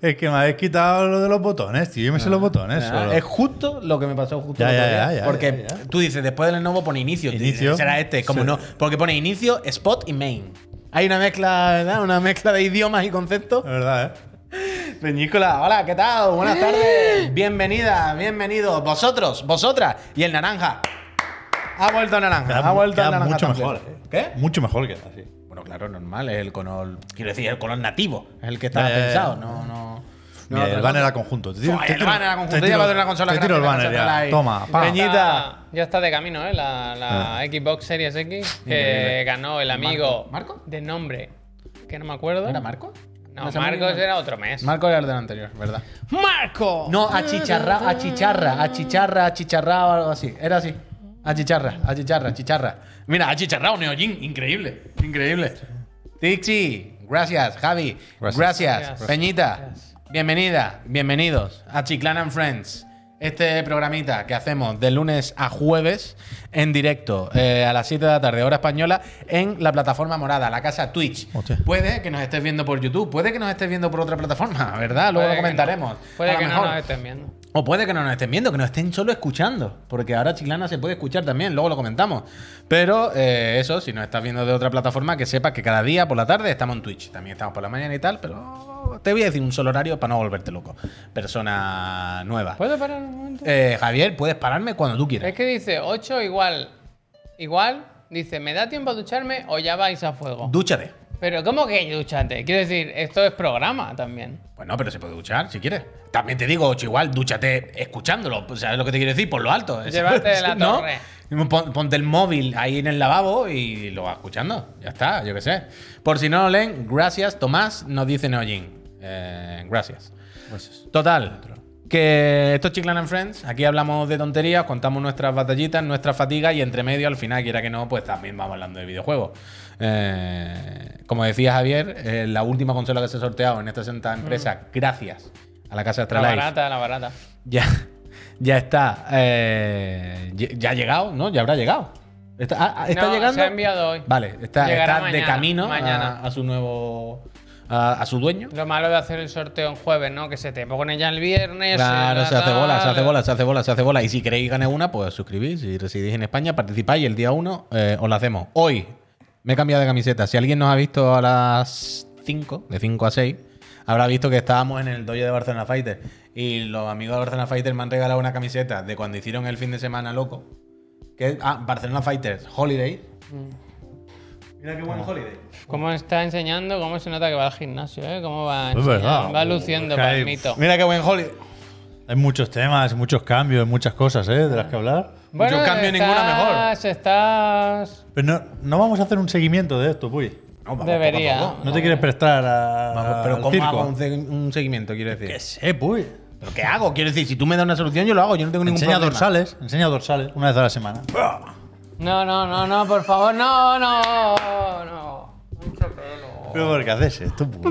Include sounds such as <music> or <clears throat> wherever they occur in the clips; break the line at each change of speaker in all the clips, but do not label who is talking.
Es que me habéis quitado lo de los botones, tío. Yo me sé
Ah.
los botones. solo.
Es justo lo que me pasó justo
Ya,
el otro
ya,
día,
ya, ya,
Porque
ya, ya.
tú dices, después del nuevo pone inicio. tú dices,
Inicio.
Será este, como
Sí.
no. Porque pone inicio, spot y main. Hay una mezcla, ¿verdad? Una mezcla de idiomas y conceptos.
Es verdad,
Ah,
¿eh?
Peñícola, hola, ¿qué tal? Buenas tardes. Bienvenida, bienvenidos. Vosotros, vosotras. Y el naranja. Ha vuelto naranja.
Queda-
ha vuelto
queda
naranja.
mucho
también.
mejor, ¿eh?
¿Qué?
Mucho mejor que así.
Bueno, claro, normal, es el color. Quiero decir, el color nativo, es el que estaba
Ya, ya, ya.
pensado, no, no. no
Mira,
otra
el
cosa.
banner a conjunto. Te tiro-
Fua,
te
el
tiro-
banner a conjunto.
te
Ya
tiro-
va a tener una consola
Te tiro el
grande, una
banner
consola
ya.
ahí.
Toma, pa.
Peñi- Peñita.
Ya está de camino, ¿eh? La, la Xbox Series X que
Ah. Increíble.
ganó el amigo
¿Marco? ¿Marco?
de nombre que no me acuerdo.
¿No ¿Era Marco?
No,
sé,
Marcos era otro mes.
Marco era el del anterior, ¿verdad?
¡Marco!
No, achicharra, achicharra, achicharra, achicharra o algo así. Era así. Achicharra, achicharra, achicharra. Mira, achicharra o neoyin. Increíble, increíble. Tixi, gracias. Javi, gracias.
Gracias.
Gracias.
Peñita,
Gracias.
bienvenida, bienvenidos a Chiclana and Friends. Este programita que hacemos de lunes a jueves en directo eh, a las 7 de la tarde, hora española, en la plataforma morada, la casa Twitch.
Hostia.
Puede que nos estés viendo por YouTube, puede que nos estés viendo por otra plataforma, <laughs> ¿verdad? Luego lo
Puede que no.
comentaremos.
Puede
A lo
que
mejor-
no nos estén viendo.
o puede que no nos estén viendo, que nos estén solo escuchando. Porque ahora Chiclana se puede escuchar también, luego lo comentamos. Pero eh, eso, si nos estás viendo de otra plataforma, que sepas que cada día por la tarde estamos en Twitch. También estamos por la mañana y tal, pero te voy a decir un solo horario para no volverte loco. Persona nueva.
¿Puedo parar un momento?
Eh, Javier, puedes pararme cuando tú quieras.
es que dice 8 igual. Igual. Dice, ¿me da tiempo a ducharme o ya vais a fuego?
Dúchate.
Pero ¿cómo que duchate? Quiero decir, esto es programa también.
Bueno, Pues pero se puede duchar si quieres. También te digo, ocho, igual, dúchate escuchándolo. Pues, ¿Sabes lo que te quiero decir? Por lo alto. <laughs>
Llévate la
¿No?
torre.
Pon- Ponte el móvil ahí en el lavabo y lo vas escuchando. Ya está, yo qué sé. Por si no lo leen, gracias. Tomás nos dice Neojin. Eh, gracias. Total. Que esto es Chiclan and Friends. Aquí hablamos de tonterías, contamos nuestras batallitas, nuestras fatigas y entre medio, al final, quiera que no, pues también vamos hablando de videojuegos. Eh, como decía Javier, eh, la última consola que se ha sorteado en esta senta empresa, gracias a la casa
Mm. La
Astralife,
barata, la barata.
ya, ya está. eh, ya ya ha llegado, ¿no? Ya habrá llegado. ¿Está, ah, ah, está
No,
llegando?
se ha enviado hoy.
Vale, está,
Llegará
está de
mañana,
camino a-
mañana.
A, su nuevo. A, a su dueño.
Lo malo de hacer el sorteo en jueves, ¿no? Que se te ponen ya el viernes.
Claro,
eh,
se hace
tal.
bola, se hace bola, se hace bola, se hace bola. Y si queréis ganar una, pues suscribís. Si residís en España, participáis. El día 1 os la hacemos. Hoy me he cambiado de camiseta. Si alguien nos ha visto a las 5, de 5 a 6, habrá visto que estábamos en el dojo de Barcelona Fighter. Y los amigos de Barcelona Fighter me han regalado una camiseta de cuando hicieron el fin de semana loco. Que es- ah, Barcelona Fighters Holiday. Mira qué buen holiday.
¿Cómo está enseñando? ¿Cómo se nota que va al gimnasio, eh? ¿Cómo va?
Es verdad.
Va luciendo
Es que hay-
palmito.
Mira qué buen holiday.
Hay muchos temas, muchos cambios, muchas cosas, ¿eh? De las que hablar.
yo cambio ninguna mejor.
estás- Estás.
Pero no, no vamos a hacer un seguimiento de esto, Puy.
No, vamos,
Debería.
poco a poco.
No te quieres prestar a.
Vamos, pero
al
¿cómo
circo?
hago un, seg- un seguimiento, quiero decir?
¿Qué sé, Puy?
¿Pero qué hago? Quiero decir, si tú me das una solución, yo lo hago. Yo no tengo ningún
Enseña
problema.
dorsales, enseña dorsales una vez a la semana.
No, no, no, no, por favor, no, no, no. Mucho pelo.
Pero ¿por qué haces esto, Puy?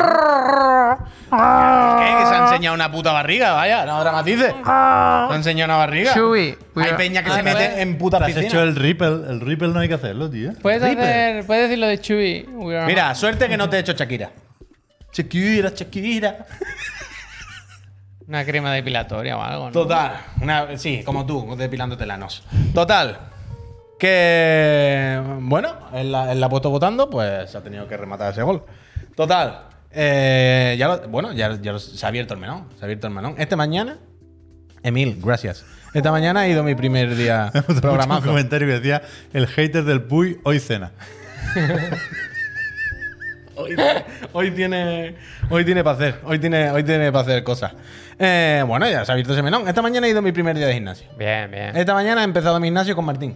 ¿Qué? Que se ha enseñado una puta barriga, vaya. No dramatices. Se ha enseñado una barriga.
Chuy,
Hay
cuidado.
peña que
Ah,
se mete
pues.
en
Te
putas
has hecho
piscinas.
el ripple, el ripple no hay que hacerlo, tío. <laughs>
¿Puedes,
Ripper.
hacer, puedes decir lo de Chuy. We are
Mira, suerte que no te he hecho Shakira. Shakira, Shakira.
Una crema depilatoria o algo, ¿no?
Total. Una, sí, como tú, depilándote la nos. Total. Que. Bueno, él la, él la ha puesto votando, pues ha tenido que rematar ese gol. Total. eh, ya lo- bueno, ya, ya lo- se ha abierto el menón. Se ha abierto el menón. Este mañana. Emil, gracias. Esta mañana ha ido mi
<laughs>
primer día
Programa un
programazo.
comentario que decía: el hater del Puy hoy cena.
Hoy, hoy tiene hoy tiene para hacer hoy tiene hoy tiene para hacer cosas Eh, bueno ya se ha abierto ese menón esta mañana ha ido mi primer día de gimnasio
Bien, bien.
esta mañana he empezado mi gimnasio con Martín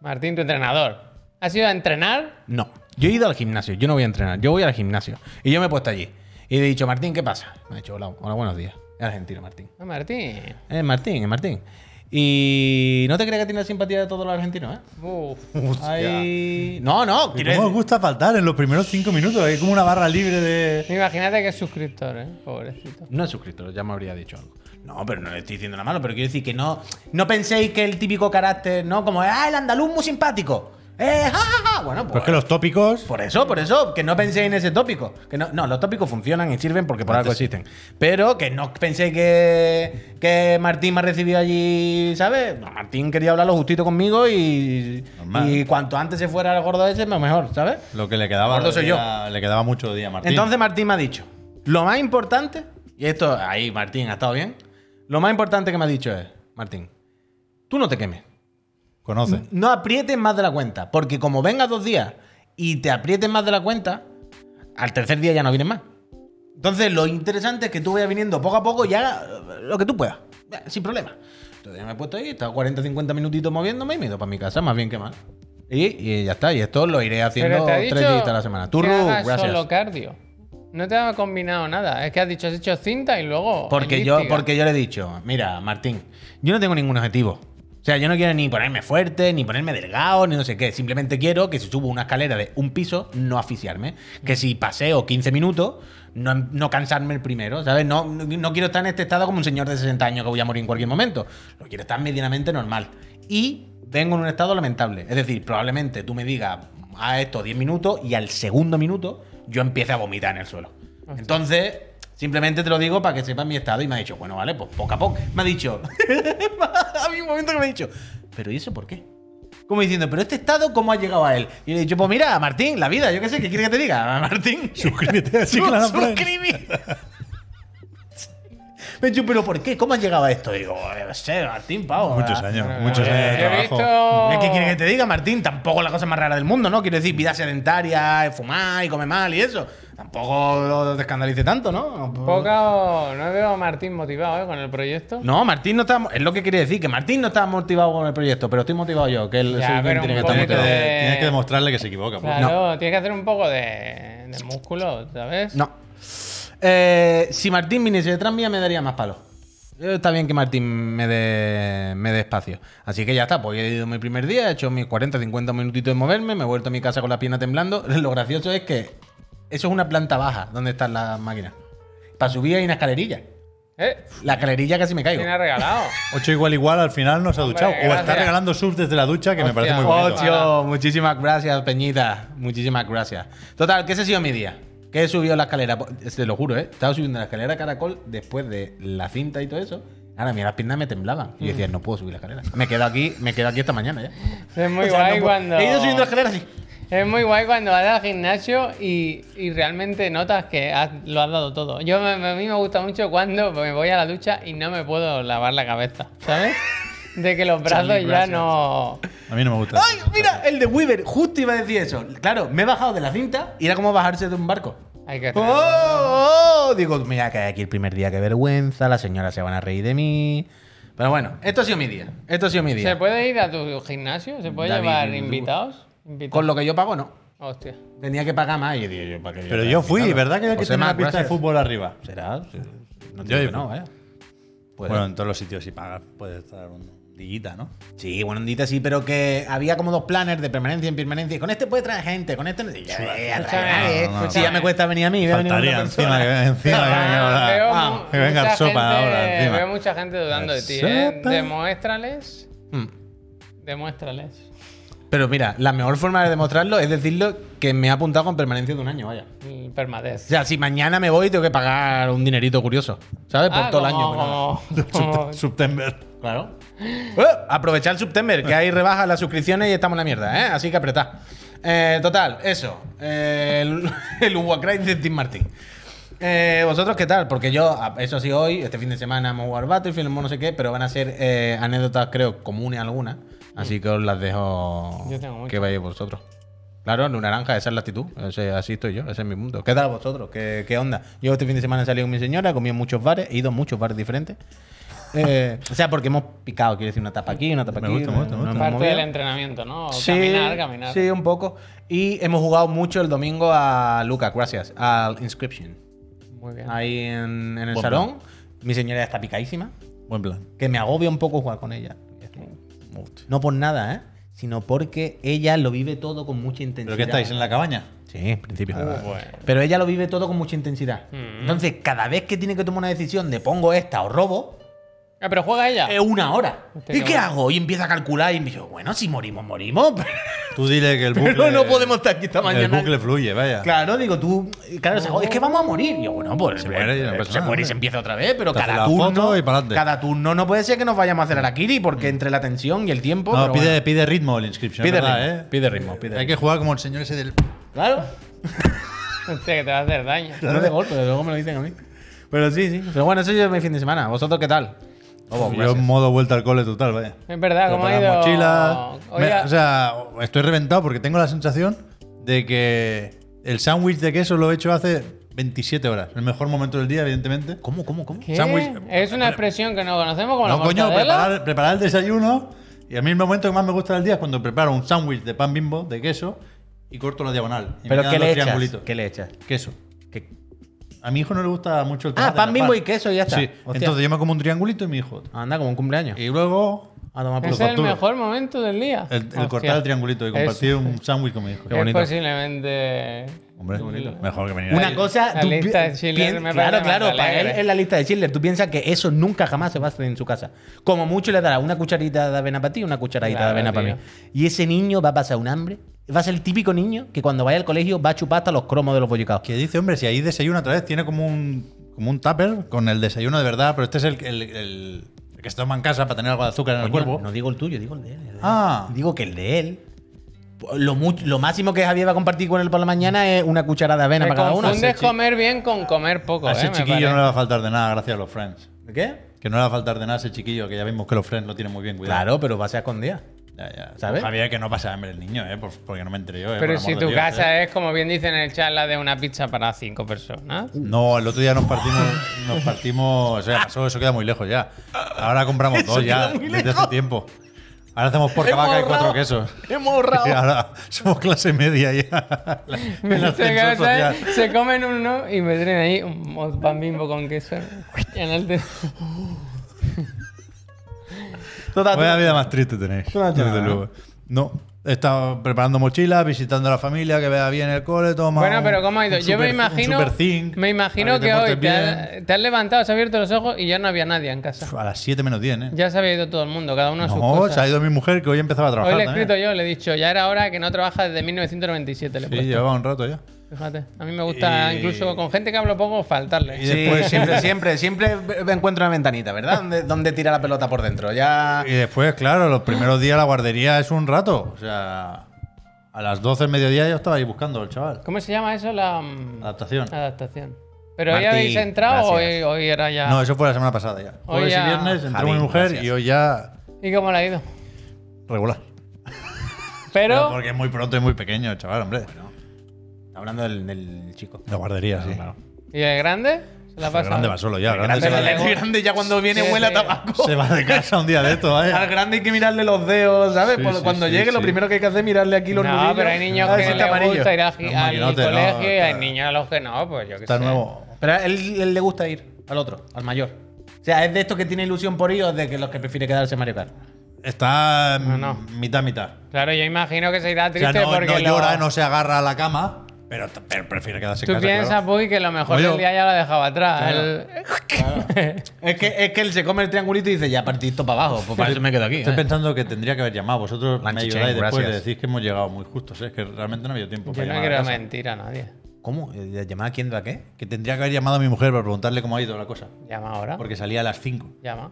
Martín, tu entrenador. ¿Has ido a entrenar?
No. Yo he ido al gimnasio. Yo no voy a entrenar. Yo voy al gimnasio. Y yo me he puesto allí. Y he dicho, Martín, ¿qué pasa? Me ha dicho, hola, hola buenos días. Es argentino, Martín.
No, Ah, Martín.
Es Martín, es Martín. Y no te creas que tiene la simpatía de todos los argentinos, ¿eh?
Uf.
Ay... No, no.
¿Y
quiero
¿Cómo os
decir-
gusta faltar en los primeros cinco minutos? Hay como una barra libre de.
Imagínate que es suscriptor, ¿eh? Pobrecito.
No es suscriptor, ya me habría dicho algo. No, pero no le estoy diciendo nada malo, pero quiero decir que no, no penséis que el típico carácter, ¿no? Como, ah, el andaluz muy simpático. Eh, ja, ja, ja. Bueno, pues.
Pues que los tópicos.
Por eso, por eso, que no penséis en ese tópico. Que no, no, los tópicos funcionan y sirven porque por algo existen. Pero que no penséis que, que Martín me ha recibido allí, ¿sabes? Martín quería hablarlo justito conmigo y,
Normal.
y cuanto antes se fuera el gordo ese, mejor, ¿sabes?
Lo que le quedaba.
Gordo soy
día- Le quedaba mucho día, Martín.
Entonces Martín me ha dicho, lo más importante, y esto ahí Martín ha estado bien, lo más importante que me ha dicho es, Martín, tú no te quemes.
Conoce.
<laughs> No aprietes más de la cuenta, porque como vengas dos días y te aprietes más de la cuenta, al tercer día ya no vienes más. Entonces, lo interesante es que tú vayas viniendo poco a poco y hagas eh, lo que tú puedas, ya, sin problema. Entonces, ya me he puesto ahí, he estado 40 50 minutitos moviéndome y me he ido para mi casa, más bien que mal. Y, y ya está, y esto lo iré haciendo
Pero te ha
tres
dicho
días a la semana. Tú,
que
Ru,
hagas
gracias.
solo cardio. No te ha combinado nada. Es que has dicho, has hecho cinta y luego.
Porque yo,
elíptica.
porque yo le he dicho, mira, Martín, yo no tengo ningún objetivo. O sea, yo no quiero ni ponerme fuerte, ni ponerme delgado, ni no sé qué. Simplemente quiero que si subo una escalera de un piso, no asfixiarme. Que si paseo 15 minutos, no, no cansarme el primero, ¿sabes? No, no, no quiero estar en este estado como un señor de 60 años que voy a morir en cualquier momento. Lo quiero estar medianamente normal. Y vengo en un estado lamentable. Es decir, probablemente tú me digas a esto 10 minutos y al segundo minuto yo empiece a vomitar en el suelo. Entonces, Simplemente te lo digo para que sepas mi estado. Y me ha dicho, bueno, vale, pues poco a poco. Me ha dicho, <laughs> había un momento que me ha dicho, pero ¿y eso por qué? Como diciendo, pero este estado, ¿cómo ha llegado a él? Y le he dicho, pues mira, Martín, la vida, yo qué sé, ¿qué quieres que te diga? <laughs> Martín,
Suscríbete a Chiclana
Sus-
Prime.
suscribí. Me ha dicho, pero ¿por qué? ¿Cómo has llegado a esto? Digo, yo qué sé, Martín, pavo.
Muchos
¿verdad?
años,
Eh,
muchos años de
he
trabajo.
visto-
Es que quiere que te diga, Martín, tampoco es la cosa más rara del mundo, ¿no? Quiero decir, vida sedentaria, fumar y comer mal y eso. Tampoco te escandalice tanto, ¿no?
Poca- no veo a Martín motivado ¿eh? con el proyecto.
No, Martín no está. Es lo que quería decir, que Martín no está motivado con el proyecto, pero estoy motivado yo, que él
Ya,
soy el que
pero
tiene que
un
estar
Tienes que,
poquito
motivado.
de-
tienes que demostrarle que se equivoca. pues.
Claro, tienes que hacer un poco de, de músculo, ¿sabes?
No. Eh, si Martín viniese detrás mía, me daría más palos. Eh, Está bien que Martín me dé, me dé espacio. Así que ya está, pues he ido mi primer día, he hecho mis 40, 50 minutitos de moverme, me he vuelto a mi casa con la pierna temblando. <laughs> Lo gracioso es que eso es una planta baja donde están las máquinas. Para subir hay una escalerilla.
¿Eh?
La escalerilla casi me caigo.
¿Quién
<laughs>
ha regalado?
8 igual igual al final no se ha
Hombre,
duchado. O está
gracias.
regalando subs desde la ducha, que me parece muy
Oh,
bonito.
Ocho.
tío, muchísimas gracias, Peñita. Muchísimas gracias. Total, que ese ha sido mi día. Que he subido la escalera, po- te lo juro, ¿eh? Estaba subiendo la escalera caracol después de la cinta y todo eso. Ahora, mira, las piernas me temblaban. Y yo decía, no puedo subir la escalera. Me quedo aquí, me quedo aquí esta mañana ¿eh? ya.
Es muy
O sea, no
guay
puedo-
cuando.
He ido subiendo la escalera así.
Es muy guay cuando vas al gimnasio y, y realmente notas que has- lo has dado todo. Yo me- me- a mí me gusta mucho cuando me voy a la ducha y no me puedo lavar la cabeza,
<laughs>
¿sabes? De que los brazos
Charlie,
ya
gracias.
no.
A mí no me gusta.
¡Ay, mira! El de Weaver, justo iba a decir eso. Claro, me he bajado de la cinta y era como bajarse de un barco.
Hay
¡Oh!
que hacer-
¡Oh! Digo, mira, que aquí el primer día, qué vergüenza, las señoras se van a reír de mí. Pero bueno, esto ha sido mi día. Esto ha sido mi
¿Se
día.
puede ir a tu gimnasio? ¿Se puede
David,
llevar
tú-
invitados? Invitados.
Con lo que yo pago, no.
Hostia.
Tenía que pagar más y yo digo, yo, ¿para qué voy a
Pero
estar
yo fui,
invitado?
¿verdad? Que hay que
José
tiene una
Mac,
pista de
gracias.
fútbol arriba.
¿Será? Sí, No
Yo
te
fui.
no, vaya. Puede.
Bueno, en todos los sitios si pagas puedes estar un dillita, ¿no?
Sí, bueno, dice sí, pero que había como dos planners de permanencia en permanencia. Y con este puede traer gente, con este no. Ya, ya, ya,
Escúchame,
ya, ya. Si
escúchame.
ya me cuesta venir a mí, voy a venir a otra
Faltaría encima
persona.
que encima que
<laughs>
venga ahora.
Veo
vamos,
mu-
que venga
mucha
sopa
gente-
ahora encima.
Veo mucha gente dudando de ti, ¿eh?
Sopa.
Demuéstrales.
Mm.
Demuéstrales.
Pero mira, la mejor forma de demostrarlo es decirlo que me he apuntado con permanencia de un año, vaya.
El
O
permadez.
sea, si mañana me voy, tengo que pagar un dinerito curioso. ¿Sabes? Por
Ah,
todo el año. pues,
como-
pero nada.
<laughs>
como- como-
September.
Claro. Eh, aprovechar el September, que ahí rebaja las suscripciones y estamos en la mierda, ¿eh? Así que apretad. Eh, total, eso. Eh, el <laughs> el Uwacry de Tim Martín. Eh, ¿Vosotros qué tal? Porque yo, a- eso ha sido hoy, este fin de semana hemos jugado al Battlefield, hemos no sé qué, pero van a ser eh, anécdotas, creo, comunes algunas. Así que os las dejo
Yo tengo muchas.
que vayáis vosotros. Claro, Lu Naranja, esa es la actitud. Ese- así estoy yo, ese es mi mundo. ¿Qué tal vosotros? ¿Qué, qué onda? Yo este fin de semana he salido con mi señora, he comido en muchos bares, he ido a muchos bares diferentes. Eh, o sea, porque hemos picado, quiero decir, una tapa aquí, una tapa
Me
aquí.
gusta, me gusta, me
nos
gusta.
hemos
Parte del
movido.
entrenamiento, ¿no?
Sí,
Caminar, caminar.
Sí, un poco. Y hemos jugado mucho el domingo a Lucas, gracias, al Inscription.
Muy bien. Ah,
Ahí en, en el
Buen
salón. Mi señora ya está picadísima.
Buen plan.
Que me agobia un poco jugar con ella. No por nada, ¿eh? Sino porque ella lo vive todo con mucha
¿Pero
intensidad.
qué estáis en la Ah, cabaña?
Sí, en principio.
bueno. Mm.
Pero ella lo vive todo con mucha intensidad. Entonces, cada vez que tiene que tomar una decisión de pongo esta o robo,
Ah, pero juega ella.
Eh,
Es una hora.
Este
¿Y qué
cabrón.
hago? Y empieza a calcular y me dice, bueno, si morimos, morimos. <laughs>
Tú dile que el bucle.
Pero no podemos estar aquí esta
El
mañana.
bucle fluye, vaya.
Claro, digo, tú. Claro, se jode, es que vamos a morir. Y yo, bueno, pues
Se
se
muere y no
muere,
pasa
se,
nada,
muere y se
hombre.
empieza otra vez, pero
Te hace
cada
la
turno.
foto y pa'lante. Mm.
Cada turno no puede ser que nos vayamos a hacer Arakiri, porque entre la tensión y el tiempo.
No,
pero
pide,
bueno.
pide ritmo el inscripción.
Pide
¿verdad,
ritmo,
eh?
pide ritmo, pide
Hay que jugar como el señor ese del.
Claro.
<laughs> Hostia, que te va a hacer daño.
No de golpe, luego me lo dicen a mí. Pero sí, sí. Pero bueno, eso es mi fin de semana. ¿Vosotros qué tal? Lobo,
Oh, Yo
gracias.
en modo vuelta al cole total, vaya.
Es verdad, ¿cómo ha ido?
Preparar mochilas.
Hoy
Me-
ha-
O sea, estoy reventado porque tengo la sensación de que el sándwich de queso lo he hecho hace 27 horas. El mejor momento del día, evidentemente.
¿Cómo, cómo, cómo?
¿Qué?
sándwich-
Es una expresión que no conocemos como
No,
la
coño,
mortadela.
preparar, preparar el desayuno. Y a mí el momento que más me gusta del día es cuando preparo un sándwich de pan bimbo, de queso, y corto la diagonal. Y me
¿Pero
quedan los Ah,
qué le, echas?
triangulitos.
qué le echas?
Queso.
¿Qué-
A mi hijo no le gusta mucho el
Ah,
tomate,
pan
la
bimbo y queso y ya está.
Sí.
Hostia.
Entonces yo me como un triangulito y mi hijo. otro.
Anda, como un cumpleaños.
Y luego
A tomar por
Es
Lo
el
facturo.
mejor momento del día.
el, el
Hostia.
cortar el triangulito y
Es-
compartir un sándwich con mi hijo.
Qué bonito.
Es posiblemente.
Hombre, mejor que venir
Una
ahí.
cosa.
La
tú pi-
lista de Schindler
pien-
me
Claro,
parece
claro.
más
Para él
alegre.
es la lista de Schindler. Tú piensas que eso nunca jamás se va a hacer en su casa. Como mucho le dará una cucharita de avena para ti y una cucharadita
Claro,
de avena para
tío.
mí. Y ese niño va a pasar un hambre. Va a ser el típico niño que cuando vaya al colegio va a chupar hasta los cromos de los bollicaos.
Que dice, hombre, si ahí desayuno otra vez, tiene como un, como un tupper con el desayuno de verdad, pero este es el, el- el- el que se toma en casa para tener algo de azúcar en el
Coño,
cuerpo.
No digo el tuyo, digo el de él. el de él.
Ah.
Digo que el de él. Lo, much- lo máximo que Javier va a compartir con él por la mañana es una cucharada de avena
Te
para cada uno.
confundes comer bien con comer poco,
a
¿eh?
ese
me
chiquillo
parece.
no le va a faltar de nada, gracias a los friends.
¿Qué?
Que no le va a faltar de nada a ese chiquillo, que ya vimos que los friends lo tienen muy bien cuidado.
Claro, pero va a ser a escondida.
Ya, ya.
¿Sabes?
Javier, que no pasa hambre el niño, ¿eh? Por- porque no me enteré yo. ¿eh?
Pero
Por
si
amor de
tu
Dios, ¿eh?
casa es, como bien dicen en el chat, la de una pizza para cinco personas.
No, el otro día nos partimos, nos partimos, o sea, pasó, eso queda muy lejos ya. Ahora compramos dos ya, desde hace tiempo. Ahora hacemos porca
Hemos
vaca y cuatro
ahorrado.
quesos.
Hemos
<laughs>
ahorrado.
Y ahora somos clase media ya. En el
<laughs> Se,
ascensor social.
casa- se comen uno y me traen ahí un pan bimbo con queso. En el de-
Total,
Vaya vida más triste tenéis,
Tú no has hecho
desde
nada,
luego. No, he estado preparando mochilas, visitando a la familia, que vea bien el cole, toma
Bueno,
un-
pero ¿cómo ha ido?
un
Yo
super-
me
un
imagino.
super zinc,
Me imagino
para
que
te
hoy
portes
te,
bien.
ha- te has levantado, has abierto los ojos y ya no había nadie en casa.
Uf, A las 7 menos 10, ¿eh?
Ya se había ido todo el mundo, cada uno a sus
no, se ha
cosas.
ido mi mujer que hoy empezaba a
Hoy
trabajar.
le he escrito
también.
yo, le he dicho, ya era hora que no trabaja desde 1997. Le he
Sí,
puesto.
llevaba un rato ya.
Fíjate, a mí me gusta
Y-
incluso con gente que hablo poco faltarle.
Y después
siempre, siempre, siempre me encuentro una ventanita, ¿verdad? Donde, donde tira la pelota por dentro. Ya.
Y después, claro, los primeros días la guardería es un rato. O sea, a las 12 del mediodía yo estaba ahí buscando al chaval.
¿Cómo se llama eso? La mm,
Adaptación.
adaptación. ¿pero hoy
Martí,
habéis entrado o hoy,
gracias.
hoy era ya.
No, eso fue la semana pasada ya.
Ah. Hoy
Jueves
ya-
y viernes entró
Javi,
mi mujer
gracias.
y hoy ya
¿Y cómo le ha ido?
regular. Pero
Pero
porque es muy pronto y muy pequeño, el chaval, hombre.
Hablando del, del chico.
La guardería, sí.
¿y el grande? Se la
El
pasa.
grande va solo ya. el grande
grande
se va de-
le-
El grande ya cuando viene
Sí,
huele a
sí.
<laughs>
tabaco.
se va de casa un día de esto, ¿eh?
Al grande hay que mirarle los dedos, ¿sabes?
Sí,
Por-
sí,
cuando
sí,
llegue, lo
sí.
primero que hay que hacer es mirarle aquí los nudillos,
No, pero hay niños
a ver
que
si está
les
amarillo.
gusta ir a-
Es un
al
maquinote, ¿no?
colegio y hay
Claro.
niños a los que no, pues yo qué
Está
sé.
nuevo.
Pero a él, él le gusta ir al otro, al mayor. O sea, es de estos que tiene ilusión por ir o de que los que prefiere quedarse en Mario Kart.
Está
No, no.
mitad, mitad.
Claro, yo imagino que se irá
O sea,
triste
no,
porque
no
lo-
llora, no se agarra a la cama, pero, pero prefiere quedarse en
Tú
casa.
piensas,
claro.
Puy, que lo mejor
Como yo.
del día ya lo dejaba atrás. El-
Es que, es que él se come el triangulito y dice, ya partí esto para abajo. Pues para eso me quedo aquí.
Estoy
¿eh?
pensando que tendría que haber llamado. Vosotros me
Lanchichen,
ayudáis después
gracias.
de decir que hemos llegado muy justos. ¿eh? Es que realmente no ha habido tiempo
Yo
para
no
llamar pues a
quiero
casa. Eh,
mentir a nadie.
¿Cómo? ¿La llamada quién de la qué?
Que tendría que haber llamado a mi mujer para preguntarle cómo ha ido la cosa.
Llama ahora.
Porque salía a las 5.
Llama.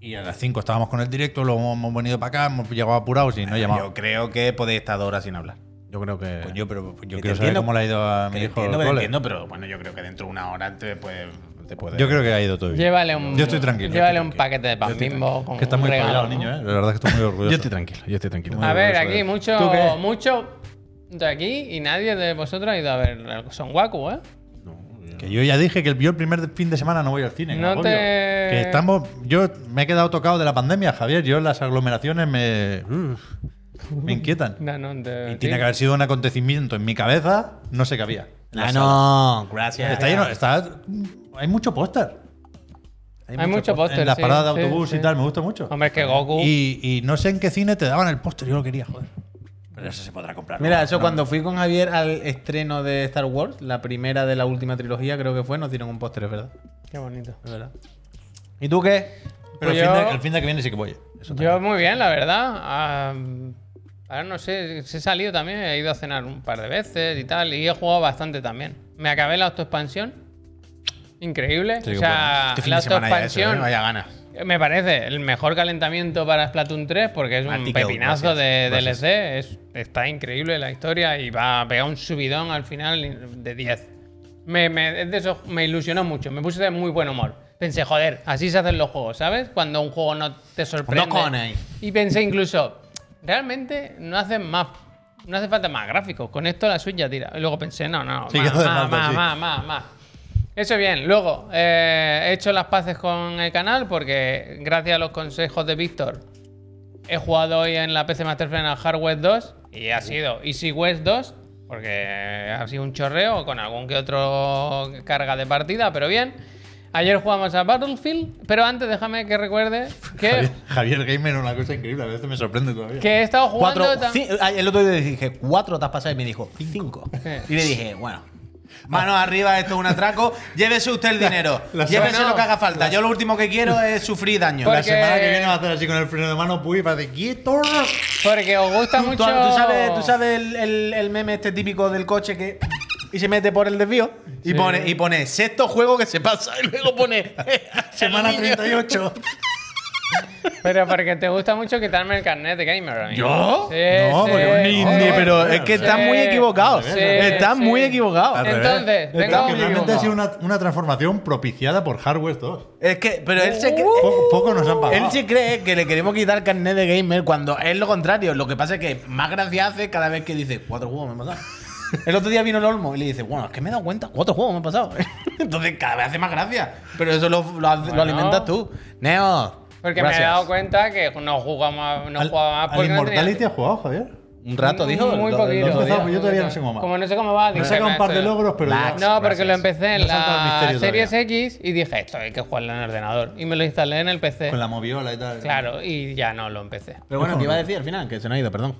Y a las 5 estábamos con el directo, luego hemos venido para acá, hemos llegado apurados y no he llamado.
Yo creo que podéis estar dos horas sin hablar. Yo creo que.
Coño, pero Pues yo quiero
Que te
saber
entiendo,
cómo le ha ido a
que
mi
te
hijo. al
entiendo, que te
cole.
entiendo, pero bueno, yo creo que dentro de una hora te puede. Te puede
Yo creo que ha ido todo bien.
Llévale un,
Yo estoy tranquilo.
Llévale
estoy
un
tranquilo.
paquete de pan bimbo con
Que está
un
muy
regalo,
espabilado el niño, ¿eh? La verdad es que estoy muy orgulloso.
Yo estoy tranquilo, yo estoy tranquilo.
A ver, aquí
¿eh?
¿Tú qué?
mucho, mucho de aquí y nadie de vosotros ha ido a ver Son Waku, ¿eh?
Que yo ya dije que el- yo el primer fin de semana no voy al cine.
No
agobio.
te- Eh.
Que estamos. Yo me he quedado tocado de la pandemia, Javier. Yo las aglomeraciones me. uf, me inquietan.
<laughs> No, no, te-
Y tiene que haber sido un acontecimiento en mi cabeza, no sé qué había.
Ah, no, gracias.
Está lleno, está, hay mucho póster.
Hay mucho póster,
En las
sí,
paradas de
sí,
autobús
sí.
y tal, me gusta mucho.
Hombre, es que Goku.
Y, y no sé en qué cine te daban el póster, yo lo quería, joder. Pero eso se podrá comprar.
Mira,
¿no?
eso cuando fui con Javier al estreno de Star Wars, la primera de la última trilogía, creo que fue, nos dieron un póster, es verdad.
Qué bonito.
Es verdad. ¿Y tú qué?
Pero
Pues
el, fin
yo-
de, el fin de que viene sí que voy. Eso
Yo
también.
muy bien, la verdad. Ah, ahora no sé, se he salido también, he ido a cenar un par de veces y tal, y he jugado bastante también. Me acabé la autoexpansión. Increíble.
Sí,
o
que
sea,
Este fin
la
de semana ya eso,
autoexpansión.
¿eh? Vaya ganas.
Me parece el mejor calentamiento para Splatoon 3 porque es un
Article,
pepinazo de
gracias,
DLC. Es- está increíble la historia y va a pegar un subidón al final de 10. Me, me- es de eso, me ilusionó mucho, me puse de muy buen humor. Pensé, joder, así se hacen los juegos, ¿sabes? Cuando un juego no te sorprende.
No cones.
Y pensé incluso, realmente no hacen más. No hace falta más gráficos. Con esto la Switch ya tira. Y luego pensé, no, no,
Sí,
más,
que hace
más,
falta,
más,
sí.
más, más, más. Eso bien. Luego, eh, he hecho las paces con el canal porque gracias a los consejos de Víctor he jugado hoy en la PC Master Plan al Hardware 2 y ha sido Easy West 2 porque ha sido un chorreo con algún que otro carga de partida, pero bien. Ayer jugamos a Battlefield, pero antes déjame que recuerde que,
Javier, Javier Gamer es una cosa increíble, a veces me sorprende todavía.
que he estado jugando
Cuatro,
tam-
ci- ah, el otro día le dije, cuatro te has pasado y me dijo, cinco. <laughs> Ah. Y le dije, bueno. Manos arriba, esto es un atraco. Llévese usted <laughs> el dinero.
la-
Llévese
no,
lo que haga falta. Yo lo último que quiero es sufrir daño.
La
Porque-
semana que viene va a hacer así con el freno de mano, puy, para de
<laughs>
quieto.
porque os gusta
¿Tú,
mucho.
tú sabes, tú sabes el, el- el meme este típico del coche que. Y se mete por el desvío. Y,
Sí.
pone, y pone sexto juego que se pasa. <laughs> Y luego
<laughs>
pone.
Semana 38.
Pero porque te gusta mucho quitarme el carnet de gamer. amigo.
¿Yo?
Sí,
No,
sí,
porque un
sí.
indie,
pero es que estás muy equivocado.
Sí,
Estás
sí.
muy equivocado.
Al revés.
Entonces,
Está
tengo
Que
muy
realmente ha
equivocado.
sido una, una transformación propiciada por Hardware 2.
Uh.
Es que, pero él se, cre-
Poco, poco nos han pagado.
él se cree que le queremos quitar carnet de gamer cuando es lo contrario. Lo que pasa es que más gracia hace cada vez que dice, cuatro juegos me han
<laughs>
pasado. El otro día vino el Olmo y le dice, bueno, es que me he dado cuenta, cuatro juegos me han pasado. <laughs> Entonces cada vez hace más gracia. Pero eso lo, lo hace- lo
Bueno.
alimentas tú. Neo.
Porque me
gracias.
he dado cuenta que no jugaba, no
Al-
jugaba más
al
porque no tenía-
Immortality has jugado, Javier.
Un rato,
Muy-
dijo.
muy
el- el
poquito.
otro día.
Empezaba, pues yo todavía no sé cómo va.
Como no sé cómo va,
Me
dije,
saca
"Me
un par de
estoy-
logros, pero ya-
Relax.
No, porque lo
Gracias.
empecé en
No he saltado el
la
misterio
Series X y dije, esto hay que jugarlo en el ordenador. Y me lo instalé en el PC.
Con la moviola y tal.
Claro, y ya no lo empecé.
Pero bueno, te iba a decir al final, que se nos ha ido, perdón.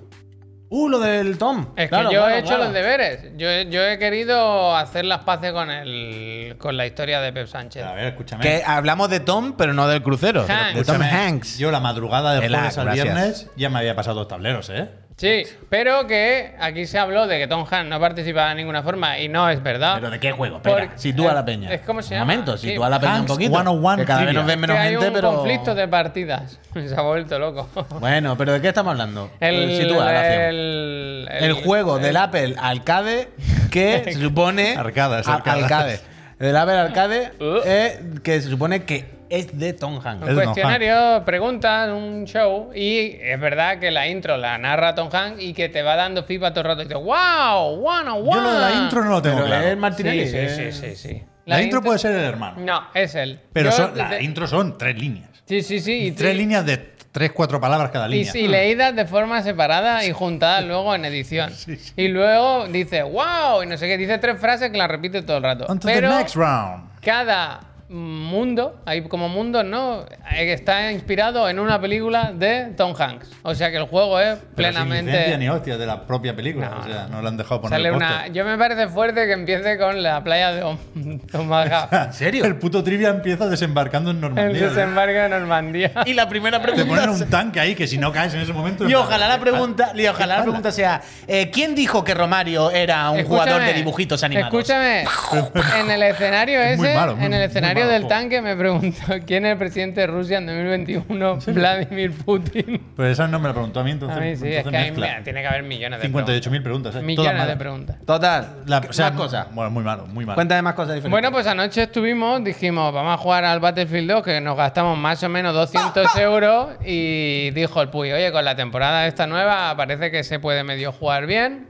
Uh, lo del Tom.
Es
Claro,
que yo
claro,
he hecho
claro.
los deberes. Yo, he- yo he querido hacer las paces con el, con la historia de Pep Sánchez.
A ver, escúchame.
Que hablamos de Tom, pero no del crucero.
Hanks.
De Tom
Escúchame,
Hanks.
Yo la madrugada de
Relax,
jueves al
gracias.
viernes ya me había pasado dos tableros, ¿eh?
Sí, pero que aquí se habló de que Tom Hanks no participaba de ninguna forma y no es verdad.
¿Pero de qué juego? Espera,
Ah, Porque-
sitúa a la peña.
es como se
Un
llama,
momento,
sí.
sitúa a la peña
Hanks
un poquito.
101
que cada vez
Trivia.
nos ven menos
Que hay
gente,
un
pero...
conflicto de partidas. <laughs> Se ha vuelto loco.
Bueno, pero ¿de qué estamos hablando? Pues
El,
sitúa la acción.
el-
El, juego del Apple Arcade
<laughs>
que se supone...
Arcadas,
a-
arcadas.
Arcade. Del Apple Arcade
<laughs> Uh.
eh, que se supone que es de Tom Hanks.
Es
Un
de Tom
cuestionario, preguntas, un show. Y es verdad que la intro la narra Tom Hanks y que te va dando feedback todo el rato. Y dices, ¡Wow! ¡One on one!
Yo lo de la intro no lo tengo
Pero
claro.
es Martinelli.
Sí, sí,
eh.
sí, sí, sí.
La, intro, puede ser el hermano.
No, es él.
Pero
Yo
son, la
de-
intro son tres líneas.
Sí, sí, sí. y-
tres
y-
líneas de tres, cuatro palabras cada
Y,
línea.
y leídas de forma separada y juntadas luego en edición. Y luego dice, wow, y no sé qué, dice tres frases que las repite todo el rato.
On to the
Pero
next round.
cada mundo, hay como mundos, ¿no? Eh, Está inspirado en una película de Tom Hanks. O sea que el juego es
Pero sin licencia ni
plenamente...
hostia de la propia película.
No,
o sea, no lo han dejado poner
Sale
el
una...
póster.
Yo me parece fuerte que empiece con la playa de Om- <laughs>
<laughs>
Omaha.
¿En serio? El puto trivia empieza desembarcando en
el
Normandía. ¿eh?
desembarco de Normandía.
<laughs> Y la primera
Te
pregunta...
ponen un tanque ahí que si no caes en ese momento.
<laughs> Y ojalá la pregunta, y ojalá la pregunta sea, eh, ¿quién dijo que Romario era un jugador de
Escúchame,
dibujitos animados?
Escúchame, en el escenario
Es muy
ese,
malo, muy-
en el
muy
escenario
malo
del
juego.
tanque me preguntó quién es el presidente de Rusia en 2021, Vladimir Putin.
Pues esa no me la preguntó a mí, entonces.
A mí sí, es
entonces
que hay-
mezcla.
mira, tiene que haber millones de
58.000 preguntas. ¿eh?
preguntas.
Todas
Millones
malas.
de preguntas.
Total.
La- o sea,
más
mu-
cosas.
Bueno, muy malo, muy malo.
Cuéntame más cosas diferentes.
Bueno, pues anoche estuvimos, dijimos, vamos a jugar al Battlefield 2, que nos gastamos más o menos 200 euros. Y dijo el Puy, oye, con la temporada esta nueva parece que se puede medio jugar bien.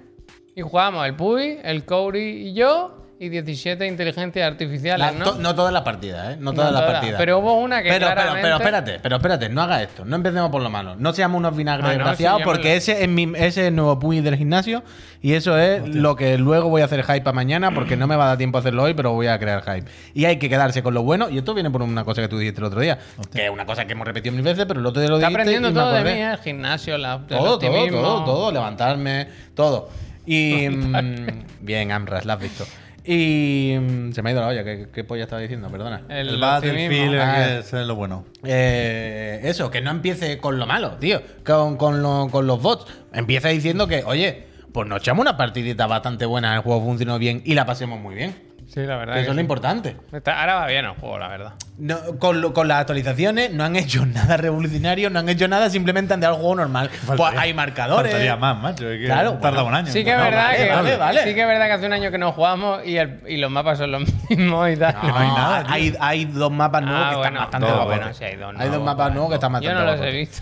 Y jugamos el Puy, el Cory y yo, y 17 inteligencias artificiales,
La-
¿no?
to- no todas las partidas, ¿eh? No todas
No
las
todas,
partidas.
Pero hubo una que
pero, pero-
claramente...
pero espérate, pero espérate, no haga esto. No empecemos por lo malo. No seamos unos vinagres
Ah, no,
desgraciados,
sí, llámalo.
porque ese es, mi- ese es el nuevo puy del gimnasio. Y eso es lo que luego voy a hacer hype para mañana, porque no me va a dar tiempo a hacerlo hoy, pero voy a crear hype. Y hay que quedarse con lo bueno. Y esto viene por una cosa que tú dijiste el otro día. Que es una cosa que hemos repetido mil veces, pero el otro día lo
Está
dijiste.
aprendiendo
y me
todo de
acordé.
mí, ¿eh? el gimnasio, la, el
Todo, todo,
optimismo.
todo, todo, levantarme, todo. Y mm, bien, Amras, la has visto. Y mm, se me ha ido la olla, ¿qué, qué polla estaba diciendo? Perdona.
El,
optimismo.
Battlefield, el
Ah,
que es lo bueno.
Eh, eso, que no empiece con lo malo, tío. Con, con lo- con los bots. Empieza diciendo que, oye, pues nos echamos una partidita bastante buena, el juego funcionó bien y la pasemos muy bien.
Sí, la verdad.
Que
que
eso es lo
sí.
importante.
Está- ahora va bien el juego, la verdad.
No, con, lo- con las actualizaciones no han <laughs> hecho nada revolucionario, no han hecho nada, simplemente han dado al juego normal. Pues
Faltaría-
hay marcadores.
Faltaría más, macho. Es que
Claro,
tarda
bueno.
un año.
Sí que es
No,
verdad
vale,
que
vale, vale.
sí que es verdad que hace un año que no jugamos y, el- y los mapas son los <laughs> mismos y tal.
No,
Ah, hay nada, tío.
hay, hay dos mapas nuevos
Ah,
que
bueno,
están bastante
no,
guapos. eh.
bueno, sí, hay dos,
dos
nuevos,
mapas
vale.
nuevos que están bastante
Yo no los he
guapos. eh.
visto.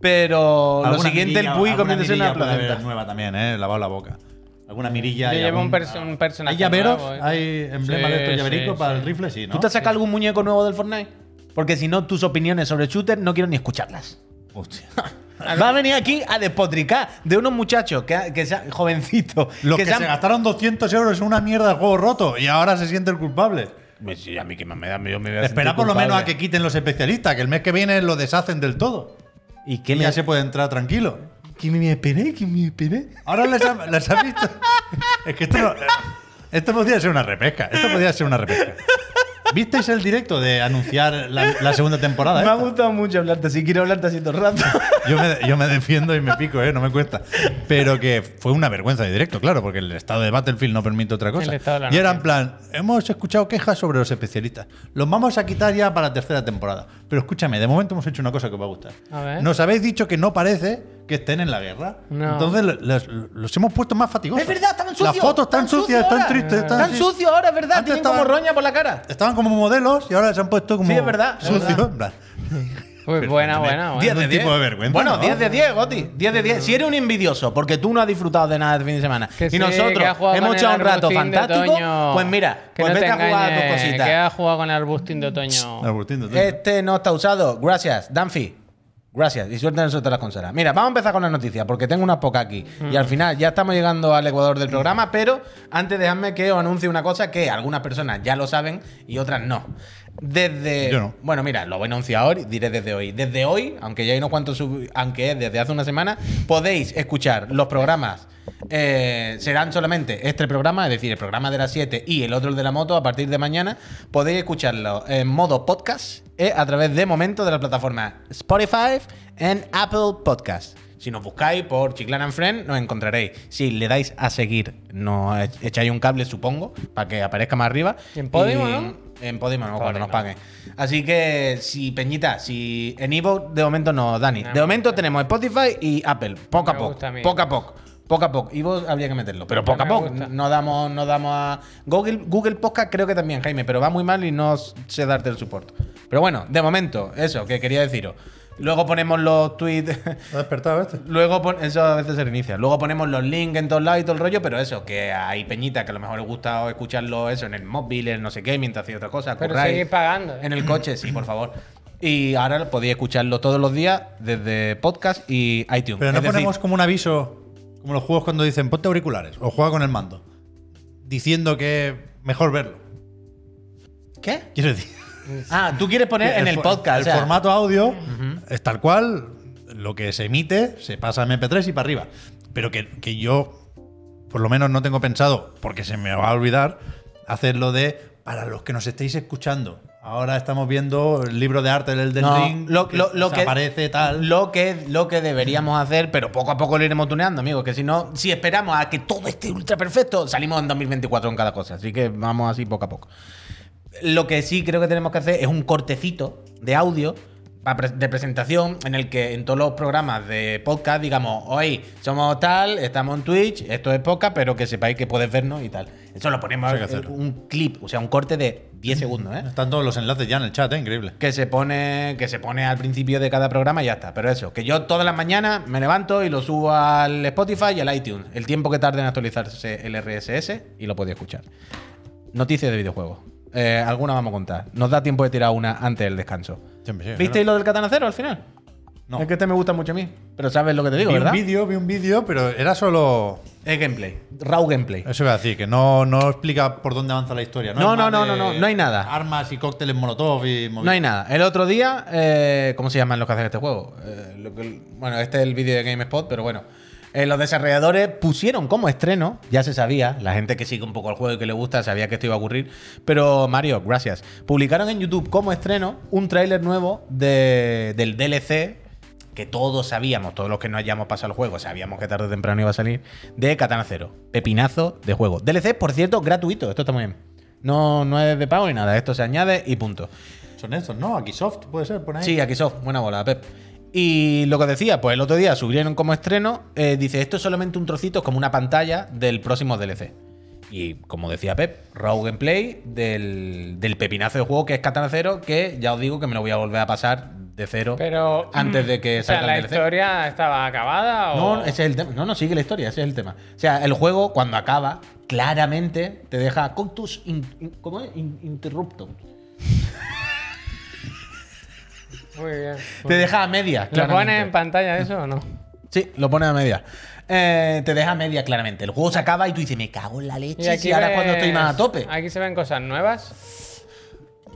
Pero lo
Alguna
siguiente,
mirilla-
el Puy
alguna
comiéndose una
mirilla puede haber
placenta.
nueva también, eh. Lavado la boca. Alguna mirilla.
Yo
y
llevo un,
algún- Ah.
perso- un personaje.
¿Hay llaveros?
nuevo, eh.
¿Hay emblemas de estos
Sí,
llavericos
sí,
para
sí.
el rifle? Sí, ¿no?
¿Tú te has sacado algún muñeco nuevo del Fortnite? Porque si no, tus opiniones sobre shooter no quiero ni escucharlas.
Hostia.
Va a venir aquí a despotricar de unos muchachos que, que sean jovencitos.
Los que,
sean-
se gastaron 200 euros en una mierda de juego roto y ahora se siente el culpable.
Pues sí, a mí que más me da, yo me voy a
Espera
sentir
por lo menos a
culpable.
que quiten los especialistas, que el mes que viene lo deshacen del todo.
¿Y qué
Que
le
ya se puede entrar tranquilo. ¿Qué me esperé? ¿Qué me esperé? Ahora les ha, les ha
<laughs>
visto. Es que esto, no- esto podría ser una repesca. Esto podría ser una repesca. ¿Visteis el directo de anunciar la, la segunda temporada?
Me ha
esta?
gustado mucho hablarte así, quiero hablarte así todo el
<laughs>
rato.
Yo me, yo me defiendo y me pico, ¿eh? no me cuesta. Pero que fue una vergüenza de directo, claro, porque el estado de Battlefield no permite otra cosa.
El estado de la
Y era en
noche.
plan, hemos escuchado quejas sobre los especialistas. Los vamos a quitar ya para la tercera temporada. Pero escúchame, de momento hemos hecho una cosa que os va a gustar.
A ver.
Nos habéis dicho que no parece que estén en la guerra.
No.
Entonces lo- los, los hemos puesto más fatigosos.
es verdad, estaban sucios.
Las fotos están
estaban
sucias,
ahora.
están tristes. Están,
Están
así.
sucios ahora, es verdad.
Antes
Tienen como
estaban-
roña por la cara.
Estaban como modelos y ahora se han puesto como
Sí, es verdad, es
sucios.
verdad.
en plan.
Uy, buena, buena, buena.
Diez- Algún tipo de vergüenza,
Bueno,
¿no?
10 de 10, Goti. 10 de 10. Si eres un envidioso, porque tú no has disfrutado de nada este fin de semana.
Que
y
sí, que ha
nosotros
jugado
hemos
con
echado
el
un rato
arbustín de
fantástico.
otoño.
Pues mira,
Que
pues
no te
vete a jugar a
engañes,
tus
Que
cositas.
has jugado con el arbustín de otoño.
Agustín, tú-
Este no está usado. Gracias, Danfi. Gracias. Y suerte en el sorteo de las consolas. Mira, vamos a empezar con las noticias, porque tengo unas pocas aquí. Y
Mm.
al final ya estamos llegando al ecuador del programa, pero antes dejadme que os anuncie una cosa que algunas personas ya lo saben y otras no. Desde.
Yo no.
Bueno, mira, lo voy a anunciar hoy, diré desde hoy. Desde hoy, aunque ya hay unos cuantos, sub- aunque es desde hace una semana, podéis escuchar los programas. eh, serán solamente este programa, es decir, el programa de las 7 y el otro el de la moto a partir de mañana. Podéis escucharlo en modo podcast eh, a través de momento de la plataforma Spotify en Apple Podcast. Si nos buscáis por Chiclana and Friend, nos encontraréis. Si le dais a seguir, nos e- echáis un cable, supongo, para que aparezca más arriba.
Y en Podimo,
Y-
¿no?
en Podimo, no, cuando
Podimo.
nos paguen. Así que, si Peñita, si en Ivo, de momento no, Dani.
No,
De
me
momento tenemos Spotify y Apple. Poco a
Me
poco.
gusta a mí.
Poco a poco. Poco a poco. Ivo habría que meterlo, pero poco a
Me
poco.
gusta.
No damos, no damos a. Google, Google Podcast creo que también, Jaime, pero va muy mal y no sé darte el soporte. Pero bueno, de momento, eso que quería deciros. Luego ponemos los tweets.
¿Te has despertado este?
Luego pon- eso a veces se reinicia. Luego ponemos los links en todos lados y todo el rollo, pero eso, que hay peñita que a lo mejor le gusta escucharlo eso en el móvil, en no sé qué, mientras hacéis otra cosa,
Pero
curráis.
seguís pagando, ¿eh?
En el coche, sí, por favor. Y ahora lo podéis escucharlo todos los días desde podcast y iTunes.
Pero no
Es decir,
ponemos como un aviso, como los juegos cuando dicen ponte auriculares o juega con el mando, diciendo que mejor verlo.
¿Qué?
Quiero decir,
Ah, tú quieres poner <laughs> en el,
fo-
podcast.
El
o sea,
formato audio es tal cual, lo que se emite se pasa a MP3 y para arriba. Pero que, que yo, por lo menos, no tengo pensado, porque se me va a olvidar, hacerlo de para los que nos estéis escuchando. Ahora estamos viendo el libro de arte del del
No,
ring,
lo,
que
lo- lo que
aparece tal.
Lo que, lo que deberíamos hacer, pero poco a poco lo iremos tuneando, amigos. Que si no, si esperamos a que todo esté ultra perfecto, salimos en 2024 en cada cosa. Así que vamos así poco a poco. Lo que sí creo que tenemos que hacer es un cortecito de audio pa- pre- de presentación en el que en todos los programas de podcast digamos, hoy somos tal, estamos en Twitch, esto es podcast, pero que sepáis que podéis vernos y tal. Eso lo ponemos
Eso hay que
eh,
hacerlo.
un clip, o sea, un corte de 10 segundos, ¿eh?
Están todos los enlaces ya en el chat, ¿eh? increíble.
que se pone que se pone al principio de cada programa y ya está. Pero eso, que yo todas las mañanas me levanto y lo subo al Spotify y al iTunes. El tiempo que tarde en actualizarse el RSS y lo podéis escuchar. Noticias de videojuegos. Eh, alguna vamos a contar. Nos da tiempo de tirar una antes del descanso.
Siempre, siempre.
¿Visteis lo del Catanacero al final?
No.
Es que este me gusta mucho a mí. Pero sabes lo que te digo,
vi
¿verdad?
un vídeo, vi un vídeo, pero era solo.
Es gameplay. Raw gameplay.
Eso iba a decir, que no, no explica por dónde avanza la historia.
No,
Es
no,
más
no,
de
no, no, no hay nada.
Armas y cócteles molotov y movidas.
No hay nada. El otro día, eh, ¿cómo se llaman los que hacen este juego? Eh, lo que- bueno, este es el vídeo de GameSpot, pero bueno. Eh, los desarrolladores pusieron como estreno, ya se sabía, la gente que sigue un poco el juego y que le gusta sabía que esto iba a ocurrir, pero Mario, gracias. Publicaron en YouTube como estreno un tráiler nuevo de- del DLC que todos sabíamos, todos los que no hayamos pasado el juego, sabíamos que tarde o temprano iba a salir, de Katana Cero. Pepinazo de juego. DLC, por cierto, gratuito, esto está muy bien. No, no es de pago ni nada, esto se añade y punto.
Son estos, ¿no? Aquí soft, puede ser, pone ahí.
Sí, aquí soft, buena bola, Pep. Y lo que decía, pues el otro día subieron como estreno, eh, dice, esto es solamente un trocito, es como una pantalla del próximo DLC. Y como decía Pep, raw gameplay del, del pepinazo de juego que es Katana Cero, que ya os digo que me lo voy a volver a pasar de cero
Pero.
antes de que
O sea,
salga
la
el DLC.
historia estaba acabada o.
No, ese es el tema. No, no, sigue la historia, ese es el tema. O sea, el juego, cuando acaba, claramente te deja Coctus in- in- ¿cómo es? In- Interruptum.
Muy bien.
Te deja a medias.
¿Lo pones
claramente.
en pantalla eso o no?
Sí, lo pones a media. Eh, te deja a media, claramente. El juego se acaba y tú dices, me cago en la leche. Y ahora es cuando estoy más a tope.
Aquí se ven cosas nuevas.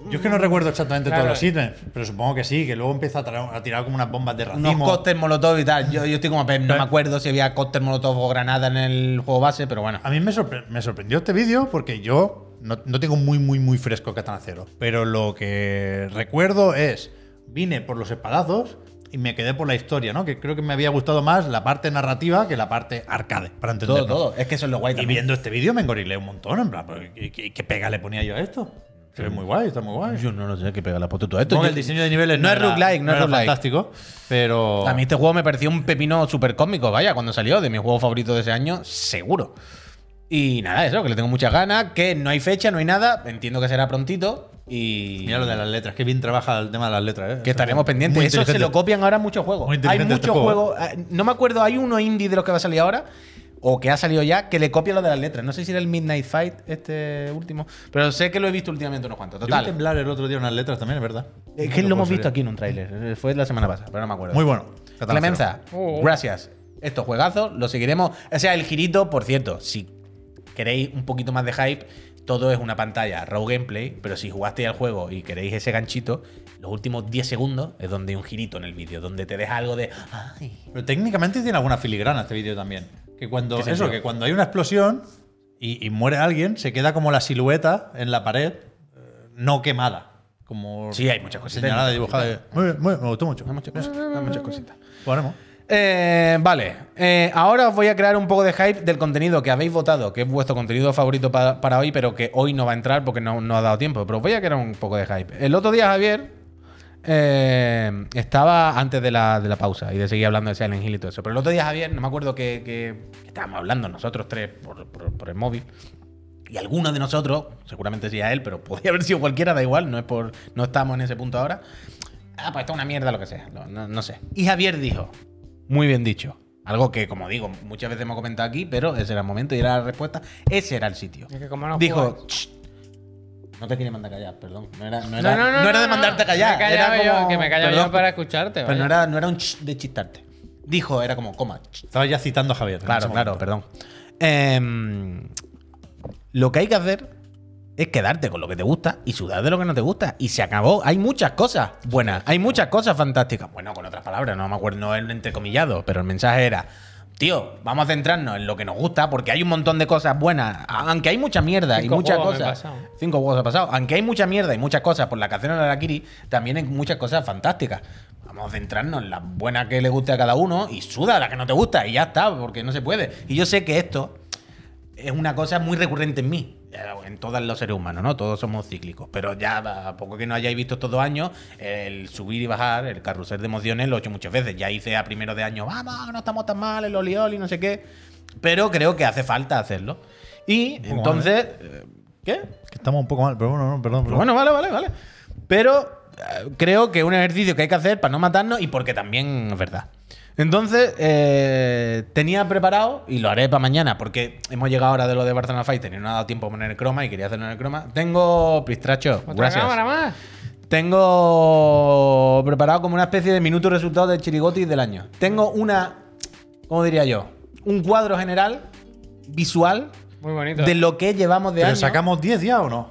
Yo es que no recuerdo exactamente
Claro.
todos los ítems, pero supongo que sí, que luego empieza a, tra- a tirar como unas bombas de
Unos
racimo.
cócteles molotov y tal. Yo, yo estoy como, Pep, no me acuerdo si había cóctel molotov o granada en el juego base, pero bueno.
A mí me, sorpre- me sorprendió este vídeo porque yo no, no tengo muy, muy, muy fresco Katana Cero. Pero lo que recuerdo es, vine por los espadazos y me quedé por la historia, ¿no? Que creo que me había gustado más la parte narrativa que la parte arcade, para
Todo,
entenderlo.
todo. Es que eso es lo guay
Y
también.
viendo este vídeo me engorilé un montón, en plan, pues, ¿qué, qué- qué pega le ponía yo a esto? Se ve muy guay, está muy guay.
Yo no lo sé qué pega la foto todo esto.
Supongo que
Yo-
el diseño de niveles
no es
era-
roguelike, no es
era
roguelike.
fantástico, pero...
A mí este juego me pareció un pepino súper cómico, vaya, cuando salió, de mi juego favorito de ese año, seguro. Y nada, eso, que le tengo muchas ganas, que no hay fecha, no hay nada, entiendo que será prontito y...
Mira lo de las letras, que bien trabaja el tema de las letras, ¿eh?
Que estaremos pendientes.
Muy
Eso se
inteligente.
lo copian ahora muchos juegos.
Muy
hay
inteligente
muchos
este juego.
juegos. eh, No me acuerdo, hay uno indie de los que va a salir ahora. O que ha salido ya, que le copia lo de las letras. No sé si era el Midnight Fight, este último. Pero sé que lo he visto últimamente unos cuantos.
Yo vi
Total.
temblar el otro día unas letras también, es verdad.
Es que
No
lo hemos
puedo
visto
ser.
aquí en un tráiler. Fue la semana pasada, pero no me acuerdo.
Muy bueno. Catalán
Clemenza,
Oh.
gracias. Estos juegazos los seguiremos. O sea, el girito, por cierto, si queréis un poquito más de hype, todo es una pantalla, raw gameplay, pero si jugasteis al juego y queréis ese ganchito, los últimos 10 segundos es donde hay un girito en el vídeo, donde te deja algo de... "Ah, "Ay".
cero. Pero técnicamente tiene alguna filigrana este vídeo también. Que cuando,
¿Qué
eso,
sentido?
que cuando hay una explosión y, y muere alguien, se queda como la silueta en la pared eh, no quemada. Como
Sí, hay muchas cositas,
Señalada,
hay muchas
dibujada. Muy bien, muy bien, me gustó mucho.
Da muchas cositas, da muchas cositas.
Ponemos.
Eh, vale, Eh, ahora os voy a crear un poco de hype del contenido que habéis votado, que es vuestro contenido favorito pa- para hoy, pero que hoy no va a entrar porque no, no ha dado tiempo. Pero os voy a crear un poco de hype. El otro día, Javier, eh, estaba antes de la, de la pausa y de seguir hablando de Silent Hill y todo eso. Pero el otro día, Javier, no me acuerdo que, que- que estábamos hablando nosotros tres por- por- por el móvil. Y alguno de nosotros, seguramente sea él, pero <laughs> podría haber sido cualquiera, da igual, no es por. No estamos en ese punto ahora. Ah, pues esto es una mierda, lo que sea. No, no- no sé. Y Javier dijo, muy bien dicho. Algo que, como digo, muchas veces hemos comentado aquí, pero ese era el momento y era la respuesta. Ese era el sitio.
Es que como no
dijo,
jugáis.
"Shh". no te quería mandar a callar, perdón. No era, no
No,
era-
no, no,
no era de
no, no.
mandarte a callar.
Me he callado
era
yo,
como-
que me he callado
perdón,
yo para escucharte.
Pero no
vaya.
era, no era un "Shh" de chistarte. Dijo, era como, coma, "Shh".
Estaba ya citando a Javier. en
Claro,
ese
claro,
momento.
perdón. Em, lo que hay que hacer es quedarte con lo que te gusta y sudar de lo que no te gusta. Y se acabó. Hay muchas cosas buenas, hay muchas cosas fantásticas. Bueno, con otras palabras, no me acuerdo, no el entrecomillado, pero el mensaje era. Tío, vamos a centrarnos en lo que nos gusta, porque hay un montón de cosas buenas, aunque hay mucha mierda
Cinco
y muchas
juegos me he
cosas.
pasado.
Cinco juegos ha pasado. Aunque hay mucha mierda y muchas cosas por la que hacer el Arakiri, también hay muchas cosas fantásticas. Vamos a centrarnos en las buenas que le guste a cada uno y suda la que no te gusta y ya está, porque no se puede. Y yo sé que esto es una cosa muy recurrente en mí, eh, en todos los seres humanos, ¿no? Todos somos cíclicos. Pero ya, a poco que no hayáis visto estos dos años, el subir y bajar, el carrusel de emociones, lo he hecho muchas veces. Ya hice a primero de año, vamos, no estamos tan mal, el olioli, no sé qué. Pero creo que hace falta hacerlo. Y
poco
entonces. eh, ¿Qué?
Que estamos un poco mal, pero bueno, no, perdón.
Pero
perdón.
Bueno, vale, vale, vale. Pero eh, creo que es un ejercicio que hay que hacer para no matarnos y porque también es verdad. Entonces, eh, tenía preparado, y lo haré para mañana, porque hemos llegado ahora de lo de Barcelona Fighter y no ha dado tiempo a poner el croma y quería hacerlo en el croma. Tengo, Pistracho,
¿Otra
gracias.
cámara más?
Tengo preparado como una especie de minuto resultado del chirigoti del año. Tengo una, ¿cómo diría yo? Un cuadro general, visual,
Muy bonito.
de lo que llevamos de
¿Pero
año.
sacamos 10 ya o no?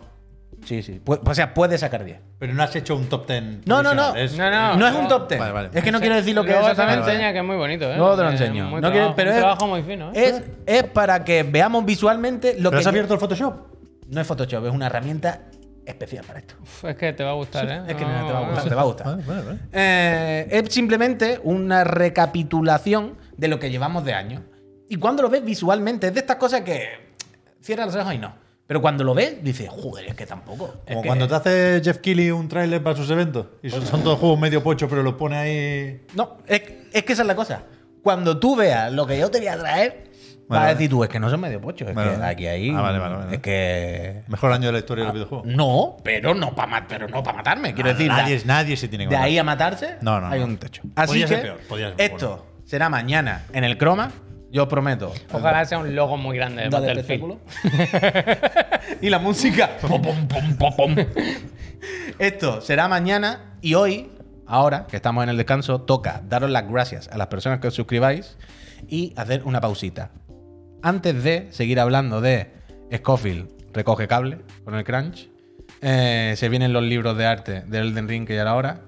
Sí, sí. Pu- o sea, puede sacar 10.
Pero no has hecho un top 10.
No, no, no.
provisional, es-
No, no.
No es un top ten.
Vale, vale.
Es que no quiero decir lo que
Luego
es
te lo
exactamente.
enseña que es muy bonito, ¿eh?
Luego te lo
Eh,
enseño.
muy
No
trabajo,
quiero- pero
un
es-
trabajo muy fino, ¿eh?
Es, es para que veamos visualmente lo
¿Pero has
que.
abierto el Photoshop?
No es Photoshop, es una herramienta especial para esto.
Uf, es que te va a gustar, ¿eh?
Es que
No,
te va a gustar, te va a gustar.
Vale, vale, vale.
Eh, es simplemente una recapitulación de lo que llevamos de año. Y cuando lo ves visualmente, es de estas cosas que cierras los ojos y no. Pero cuando lo ves, dices, joder, es que tampoco. Es
Como
que-
cuando te hace Jeff Keighley un tráiler para sus eventos. Y son, son todos juegos medio pocho, pero los pone ahí.
No, es, es que esa es la cosa. Cuando tú veas lo que yo te voy a traer, vas a
vale.
decir tú, es que no son medio pochos, es
Vale,
que
vale.
aquí ahí.
Ah, vale, vale, vale.
Es que.
Mejor año de la historia del videojuego.
Ah, No, pero no para pero no pa matarme. Quiero decir,
Ah, nadie,
da-
nadie se tiene que
de
matar.
ahí a matarse,
No, no,
hay
no.
un techo. Así
Podía
que
ser peor, podía ser
esto
peor.
será mañana en el croma, yo os prometo.
Ojalá sea un logo muy grande de
Dale
Battlefield.
<laughs> y la música. pom, pom, pom, pom, pom. Esto será mañana y hoy, ahora que estamos en el descanso, toca daros las gracias a las personas que os suscribáis y hacer una pausita. Antes de seguir hablando de Scofield recoge cable con el crunch, eh, se vienen los libros de arte de Elden Ring que ya era hora.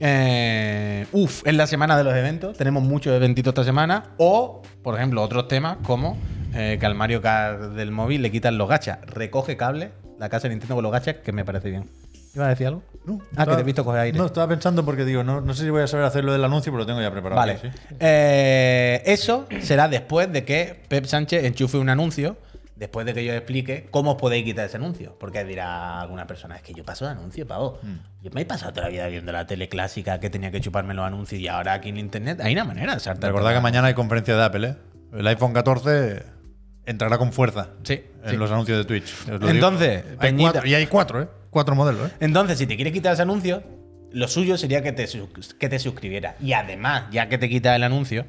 Eh, uf, es la semana de los eventos. Tenemos muchos eventitos esta semana. O, por ejemplo, otros temas como eh, que al Mario Kart del móvil le quitan los gachas. Recoge cable la casa de Nintendo con los gachas, que me parece bien. ¿Ibas a decir algo?
No,
ah, que
estaba-
te he visto coger aire.
No, estaba pensando porque digo, no, no sé si voy a saber hacer lo del anuncio, pero lo tengo ya preparado.
Vale.
Sí.
Eh, eso será después de que Pep Sánchez enchufe un anuncio, después de que yo explique cómo os podéis quitar ese anuncio. Porque dirá alguna persona, es que yo paso de anuncio, pavo.
Mm.
Yo me he pasado toda la vida viendo la tele clásica que tenía que chuparme los anuncios y ahora aquí en internet hay una manera de saltar.
Recordad que mañana hay conferencia de Apple, ¿eh? El iPhone 14 entrará con fuerza
Sí,
en
sí.
los anuncios de Twitch. Os lo digo.
Entonces,
hay
Peñita-
cuatro, y hay cuatro, ¿eh? Cuatro modelos, ¿eh?
Entonces, si te quieres quitar ese anuncio, lo suyo sería que te, sus- que te suscribieras. Y además, ya que te quitas el anuncio,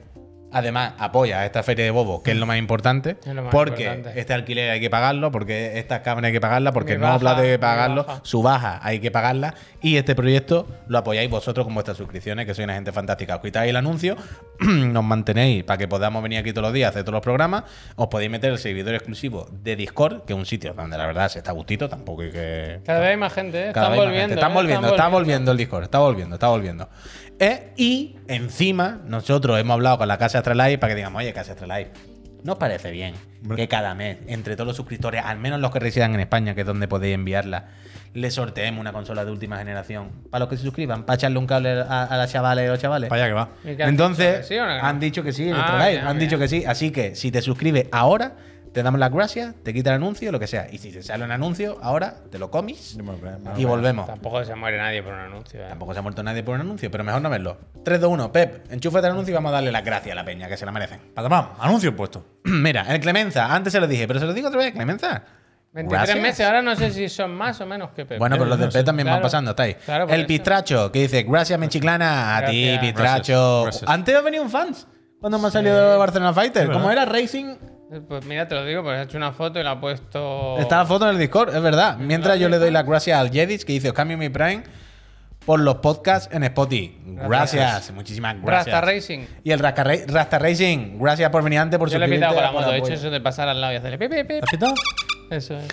además apoya a esta feria de bobos, que es lo más importante,
Es lo más
porque
importante.
este alquiler hay que pagarlo, porque estas cámaras hay que pagarlas, porque
Mi
no habla
baja,
de
mi
pagarlo,
baja.
su baja hay que pagarla, y este proyecto lo apoyáis vosotros con vuestras suscripciones, que sois una gente fantástica. Os quitáis el anuncio, <clears throat> nos mantenéis para que podamos venir aquí todos los días, hacer todos los programas, os podéis meter el servidor exclusivo de Discord, que es un sitio donde la verdad se está a gustito, tampoco hay que...
Cada vez hay más gente, ¿eh?
Cada
Están
vez más
volviendo.
gente. Están
¿eh?
volviendo, está volviendo el Discord, está volviendo, está volviendo. Eh, y encima, nosotros hemos hablado con la Casa Astralife para que digamos, oye, Casa Astralife, ¿nos parece bien que cada mes, entre todos los suscriptores, al menos los que residan en España, que es donde podéis enviarla, le sorteemos una consola de última generación para los que se suscriban, para echarle un cable a, a las chavales y los chavales?
Para allá que va.
¿Y qué han
Entonces,
dicho? ¿Sí o no?
han dicho que sí, en
Ah,
nuestro live,
bien,
han dicho
bien.
que sí. Así que si te suscribes ahora, te damos las gracias, te quita el anuncio, lo que sea. Y si te sale un anuncio, ahora te lo comis y volvemos.
Tampoco se muere nadie por un anuncio. ¿eh?
Ah, Tampoco se ha muerto nadie por un anuncio, pero mejor no verlo. 3, 2, 1, Pep, enchúfate el anuncio y vamos a darle las gracias a la peña, que se la merecen. <clears throat>
Patamam, anuncio puesto.
Mira, el Clemenza, antes se lo dije, pero se lo digo otra vez, Clemenza.
23
Gracias.
meses, ahora no sé si son más o menos que Pepe.
Bueno, pero los del Pep también van
Claro,
pasando, estáis.
claro, por
el
eso.
Pistracho, que dice, gracias, Menchiclana, a ti,
Gracias.
Pistracho.
Gracias, gracias.
Antes ha venido un fans, cuando me ha salido Barcelona Fighter.
verdad.
Como era Racing,
Pues mira, te lo digo, porque he hecho una foto y la he puesto.
Está la foto en el Discord, es verdad. Mientras yo le doy las gracias al Jedis que dice, os cambio mi Prime por los podcasts en Spotify. Gracias, muchísimas gracias.
Rasta Racing.
Y el Rasta, Ra- Rasta Racing, gracias por venir antes, por
Yo le he
suscribirte pues.
pitado con la
por el
moto, he hecho
apoyo.
eso de pasar al lado y hacerle pip, pip, pip.
¿Has quitado?
Eso es.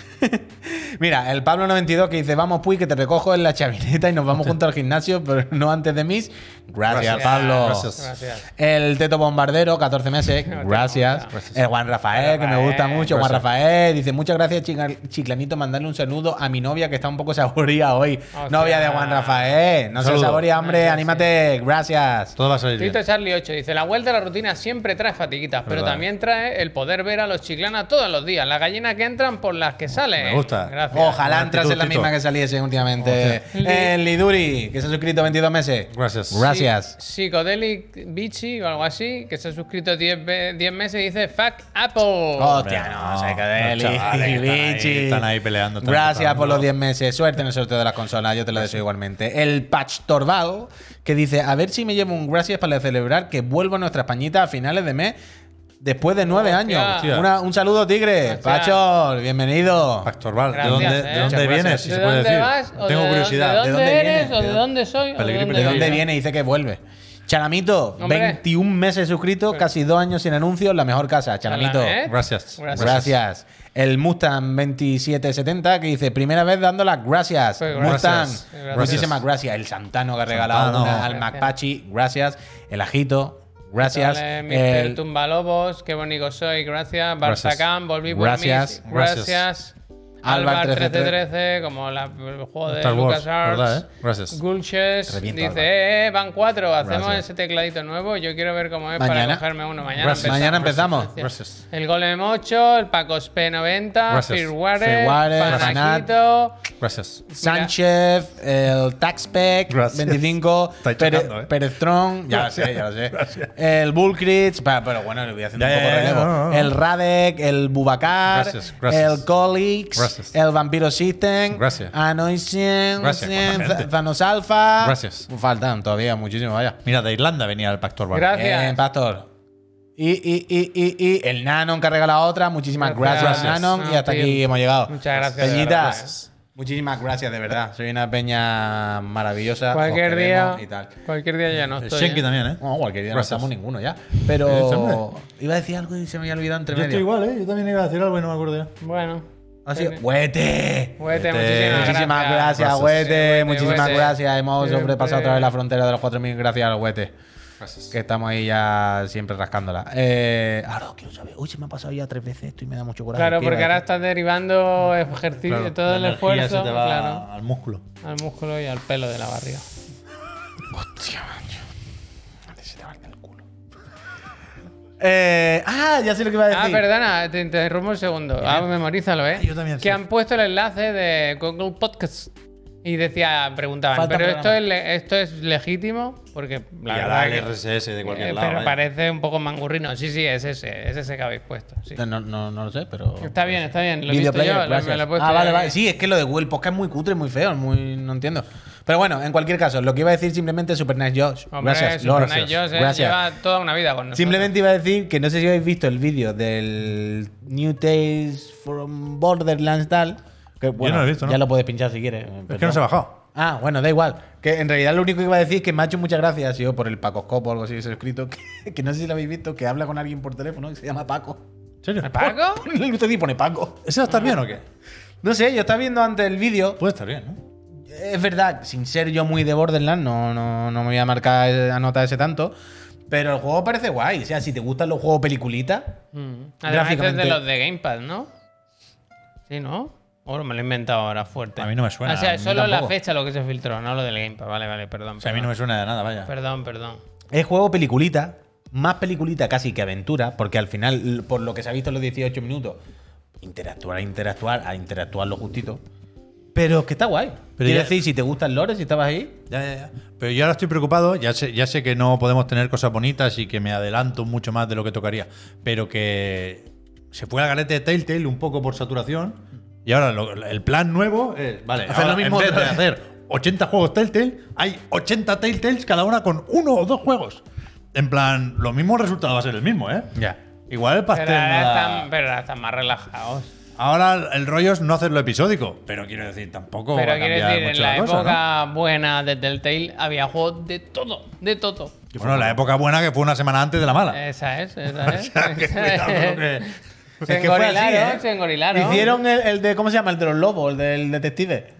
Mira, el Pablo92 que dice, vamos Puy, que te recojo en la chavineta y nos vamos junto al gimnasio, pero no antes de mis. Gracias,
Gracias.
Pablo.
Gracias.
Gracias.
El Teto Bombardero, 14 meses.
<laughs>
Gracias. El Juan Rafael, que me gusta mucho. Juan Rafael dice: Muchas gracias, chica- Chiclanito. Mandarle un saludo a mi novia que está un poco saboría hoy.
Hostia.
Novia de Juan Rafael. No se
Saludo.
saboría, hombre.
Gracias.
Anímate. Gracias.
Todo va a salir bien.
Tito Charlie 8 dice: La vuelta a la rutina siempre trae fatiguitas, pero
Verdad.
también trae el poder ver a los chiclanas todos los días. Las gallinas que entran por las que salen.
Me gusta.
Gracias.
Ojalá
Buena
entras en
actitud,
la
Tito.
misma que saliese últimamente.
Hostia.
El Liduri, que se ha suscrito 22 meses.
Oh, Gracias.
Gracias.
Psychedelic Bichi o algo así, que se ha suscrito 10 ve- 10 meses y dice: Fuck Apple.
Hostia,
Hombre,
no,
no,
Psychedelic,
los chavales están ahí-
bichi.
están ahí peleando, están
Gracias por
tocando.
los 10 meses. Suerte en el sorteo de las consolas, yo te lo deseo igualmente. El Patch Torvado, que dice: A ver si me llevo un gracias para celebrar que vuelvo a nuestra Españita a finales de mes. Después de nueve
Hostia.
años. Una- un saludo, Tigre.
Hostia.
Pachor, bienvenido.
Pastor Val, ¿de
Ah. Gracias,
dónde,
eh.
de dónde
Muchas
vienes?
gracias.
Si
¿De
se puede
dónde
decir.
vas? ¿O
Tengo
de dónde-
curiosidad.
¿De
¿De
dónde
dónde
eres?
vienes?
¿O de dónde soy? ¿O
Pellegrini,
¿De
Pellegrini.
dónde
vienes?
viene? Dice que vuelve. Chalamito,
Hombre.
21 meses suscrito, casi dos años sin anuncios, la mejor casa. Chalamito,
Chala, ¿eh?
Gracias.
Gracias.
gracias. El Mustang 2770 que dice, primera vez dando las gracias.
Pues gracias.
Mustang,
Gracias.
muchísimas gracias. El Santano que ha regalado
Santano.
una, al
Gracias.
MacPachi, gracias. El Ajito, gracias.
Dale, Mr.
El-
Tumbalobos, qué bonito soy, gracias. Barzacán, volví por
Gracias,
mí.
gracias.
Gracias.
Alvar
Alvar
1313,
1313, como la- el juego de
Star Wars,
LucasArts.
¿verdad, eh? Gracias.
Gulches
Reviento,
dice,
Alvar.
eh, eh, van cuatro, hacemos
Gracias.
ese tecladito nuevo. Yo quiero ver cómo es para
Mañana.
cogerme uno mañana.
Gracias.
Mañana empezamos.
Gracias.
El Golem 8, el Pacos P90,
Gracias.
Firware,
Firware,
Panaquito,
Gracias.
Sánchez, el Taxpec,
Gracias.
25,
Estáis
Pere-
chocando, ¿eh?
Pereztrón,
<laughs>
ya lo
Gracias.
sé, ya lo sé.
Gracias.
El Bullcritch, pa- pero bueno, le voy haciendo
Ya,
un poco
ya,
de
ya,
relevo.
no, no, no.
El Radek, el Bubacar,
Gracias, gracias.
el Colix,
Gracias.
el Vampiro System,
Gracias.
Anoisien,
Gracias,
Sien,
cuánta gente.
Thanos Alpha.
Gracias.
Faltan todavía muchísimos, vaya.
Mira, de Irlanda venía el Pactor Bar.
Gracias.
Bien, Pastor. Y, y, y, y, y el Nanon que ha regalado otra. Muchísimas gracias,
Gracias.
Nanon. Y hasta
Ah, tío.
aquí hemos llegado.
Muchas gracias, de pues.
Peñitas. Muchísimas gracias, de verdad. Soy una peña maravillosa. Os
cualquier día,
queremos Y tal.
cualquier día ya no
El
estoy.
Shenki
¿eh?
también, ¿eh?
No, cualquier día
Gracias.
no estamos ninguno ya.
Eh, hombre.
Pero iba a decir algo y se me había olvidado entre
Yo estoy
medio.
igual, ¿eh? Yo también iba a decir algo y no me acuerdo ya.
Bueno,
Así, Ah, ¡Huete!
Huete,
Huete.
muchísimas,
Muchísimas gracias,
Gracias.
Huete.
Huete,
Muchísimas
Huete.
gracias. Hemos
Siempre.
sobrepasado otra vez la frontera de los 4.000 gracias al Huete.
Gracias.
Que estamos ahí ya siempre rascándola. Eh, ahora os quiero saber. Uy, se me ha pasado ya tres veces esto y me da mucho coraje.
Claro,
¿Qué iba
porque
a
ahora
decir?
estás derivando ejercicio,
Claro,
todo el
la energía
esfuerzo
se te va
claro,
al músculo.
al músculo y al pelo de la barriga.
Se te va el culo. Eh, ah, ya sé lo que iba a decir.
Ah, perdona, te interrumpo un segundo. Ah, memorízalo, ¿eh?
Yo también,
Que
sí.
han puesto el enlace de Google Podcast. Y decía, preguntaban,
Falta
pero esto
programa.
es, le- esto es legítimo, porque la
y
verdad
ahora el
que-
RSS de cualquier
eh,
lado.
pero
vaya.
parece un poco mangurrino. Sí, sí, es ese, es ese que habéis puesto. sí.
No, no, no lo sé, pero.
Está bien, está bien. Lo he
Video
visto
player,
yo, lo-
gracias.
me lo he puesto
ah,
yo
vale,
aquí.
vale. Sí, es que lo de Google Podcast es muy cutre, muy feo, muy no entiendo. Pero bueno, en cualquier caso, lo que iba a decir simplemente es Super Nice Josh.
Hombre,
gracias,
Super
Lord.
Night Josh, eh,
gracias.
lleva toda una vida con nosotros.
Simplemente iba a decir que no sé si habéis visto el vídeo del New Tales from Borderlands tal. Que, bueno,
lo he visto, ¿no?
Ya lo puedes pinchar si quieres. eh,
Es que no se ha bajado.
Ah, bueno, da igual. Que en realidad lo único que iba a decir es que me ha hecho muchas gracias yo por el Pacoscopo o algo así que se ha escrito. <laughs> Que, que no sé si lo habéis visto, que habla con alguien por teléfono que se llama Paco.
¿En serio? <laughs>
¿Paco?
<laughs> Usted sí pone Paco.
¿Ese va a estar bien o qué?
No sé, yo estaba viendo antes el vídeo.
Puede estar bien, ¿no?
Es verdad, sin ser yo muy de Borderlands, no, no, no me voy a marcar eh, a nota ese tanto. Pero el juego parece guay. O sea, si te gustan los juegos peliculitas,
Mm. Además, este es de
Gráficamente.
los de Gamepad, ¿no? Sí, ¿no? Ahora me lo he inventado ahora fuerte. Ah,
A mí no me suena,
O
a
sea,
mí
solo la
tampoco.
fecha lo que se filtró, no lo del Gamepad. Vale, vale, perdón.
O sea, a mí no me suena de nada, vaya.
Perdón, perdón.
Es juego peliculita, más peliculita casi que aventura, porque al final, l- por lo que se ha visto en los 18 minutos, interactuar, a interactuar, a interactuar lo justito. Pero que está guay.
Pero ya-
Quiero decir, si te gustan lores, si estabas ahí.
Ya, ya, ya. Pero yo ahora estoy preocupado, ya sé, ya sé que no podemos tener cosas bonitas y que me adelanto mucho más de lo que tocaría, pero que se fue al garete de Telltale un poco por saturación y ahora lo- el plan nuevo es, vale,
Hacer
ahora
lo mismo
en vez de
otra vez.
hacer 80 juegos Telltale, hay 80 Telltales cada una con uno o dos juegos. En plan, lo mismo resultado va a ser el mismo, ¿eh?
Ya.
Igual el pastel
Pero
no
ahora,
da-
están, pero ahora están más relajados.
Ahora el rollo es no hacerlo episódico, pero quiero decir, tampoco va
Pero
a
quiero
cambiar
decir,
mucho
en la
cosa, ¿no?
época buena de Telltale había juegos de todo, de todo.
Bueno, la época buena que fue una semana antes de la mala.
Esa es,
<laughs>
esa es. <laughs>
que cuidado con lo que-
Se
Es que fue así,
engorilaron,
¿eh?
se engorilaron.
Hicieron el, el de, ¿cómo se llama? El de los lobos, el del detective.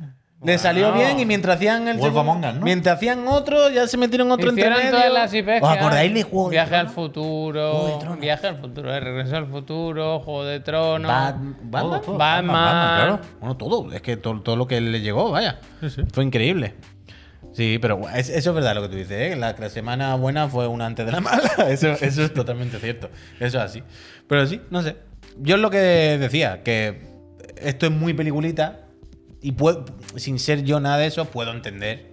Le salió bien y mientras hacían el
Wolf
segundo-
Among Us, ¿no?
mientras hacían otro, ya se metieron otro entre
Hicieron
medio.
todas las IPs.
¿Os
que
acordáis
hay.
de juego? de
Viaje al
Tronos?
futuro. Viaje al futuro, eh, regreso al futuro, Juego de Tronos.
Bat- Batman.
todo.
Batman.
claro.
Bueno, todo, es que todo, todo lo que le llegó, vaya. Fue increíble. Sí, pero guau, es- eso es verdad lo que tú dices, ¿eh? La, la semana buena fue una antes de la <laughs> mala. Eso, eso es totalmente cierto. Eso es así. Pero sí, no sé. Yo es lo que decía, que esto es muy peliculita y pue- sin ser yo nada de eso, puedo entender.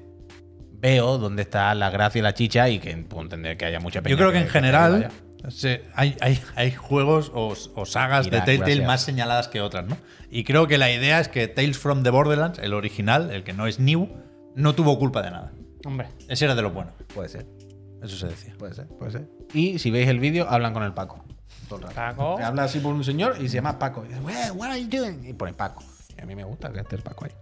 Veo dónde está la gracia y la chicha y que puedo entender que haya mucha peña
Yo creo que en general
vaya.
se- hay, hay- hay juegos o, o sagas
Mira,
de Telltale
gracias.
más señaladas que otras, ¿no? Y creo que la idea es que Tales from the Borderlands, el original, el que no es new, no tuvo culpa de nada.
Hombre. Este,
Ese era de lo bueno.
Puede ser,
Eso se decía.
puede ser, puede ser. Y si veis el vídeo, hablan con el Paco. Todo el rato.
Paco.
Habla así por un señor y se llama Paco. Y dice, "Where- what are you doing?" Y pone Paco. a mí me gusta que esté el Paco ahí.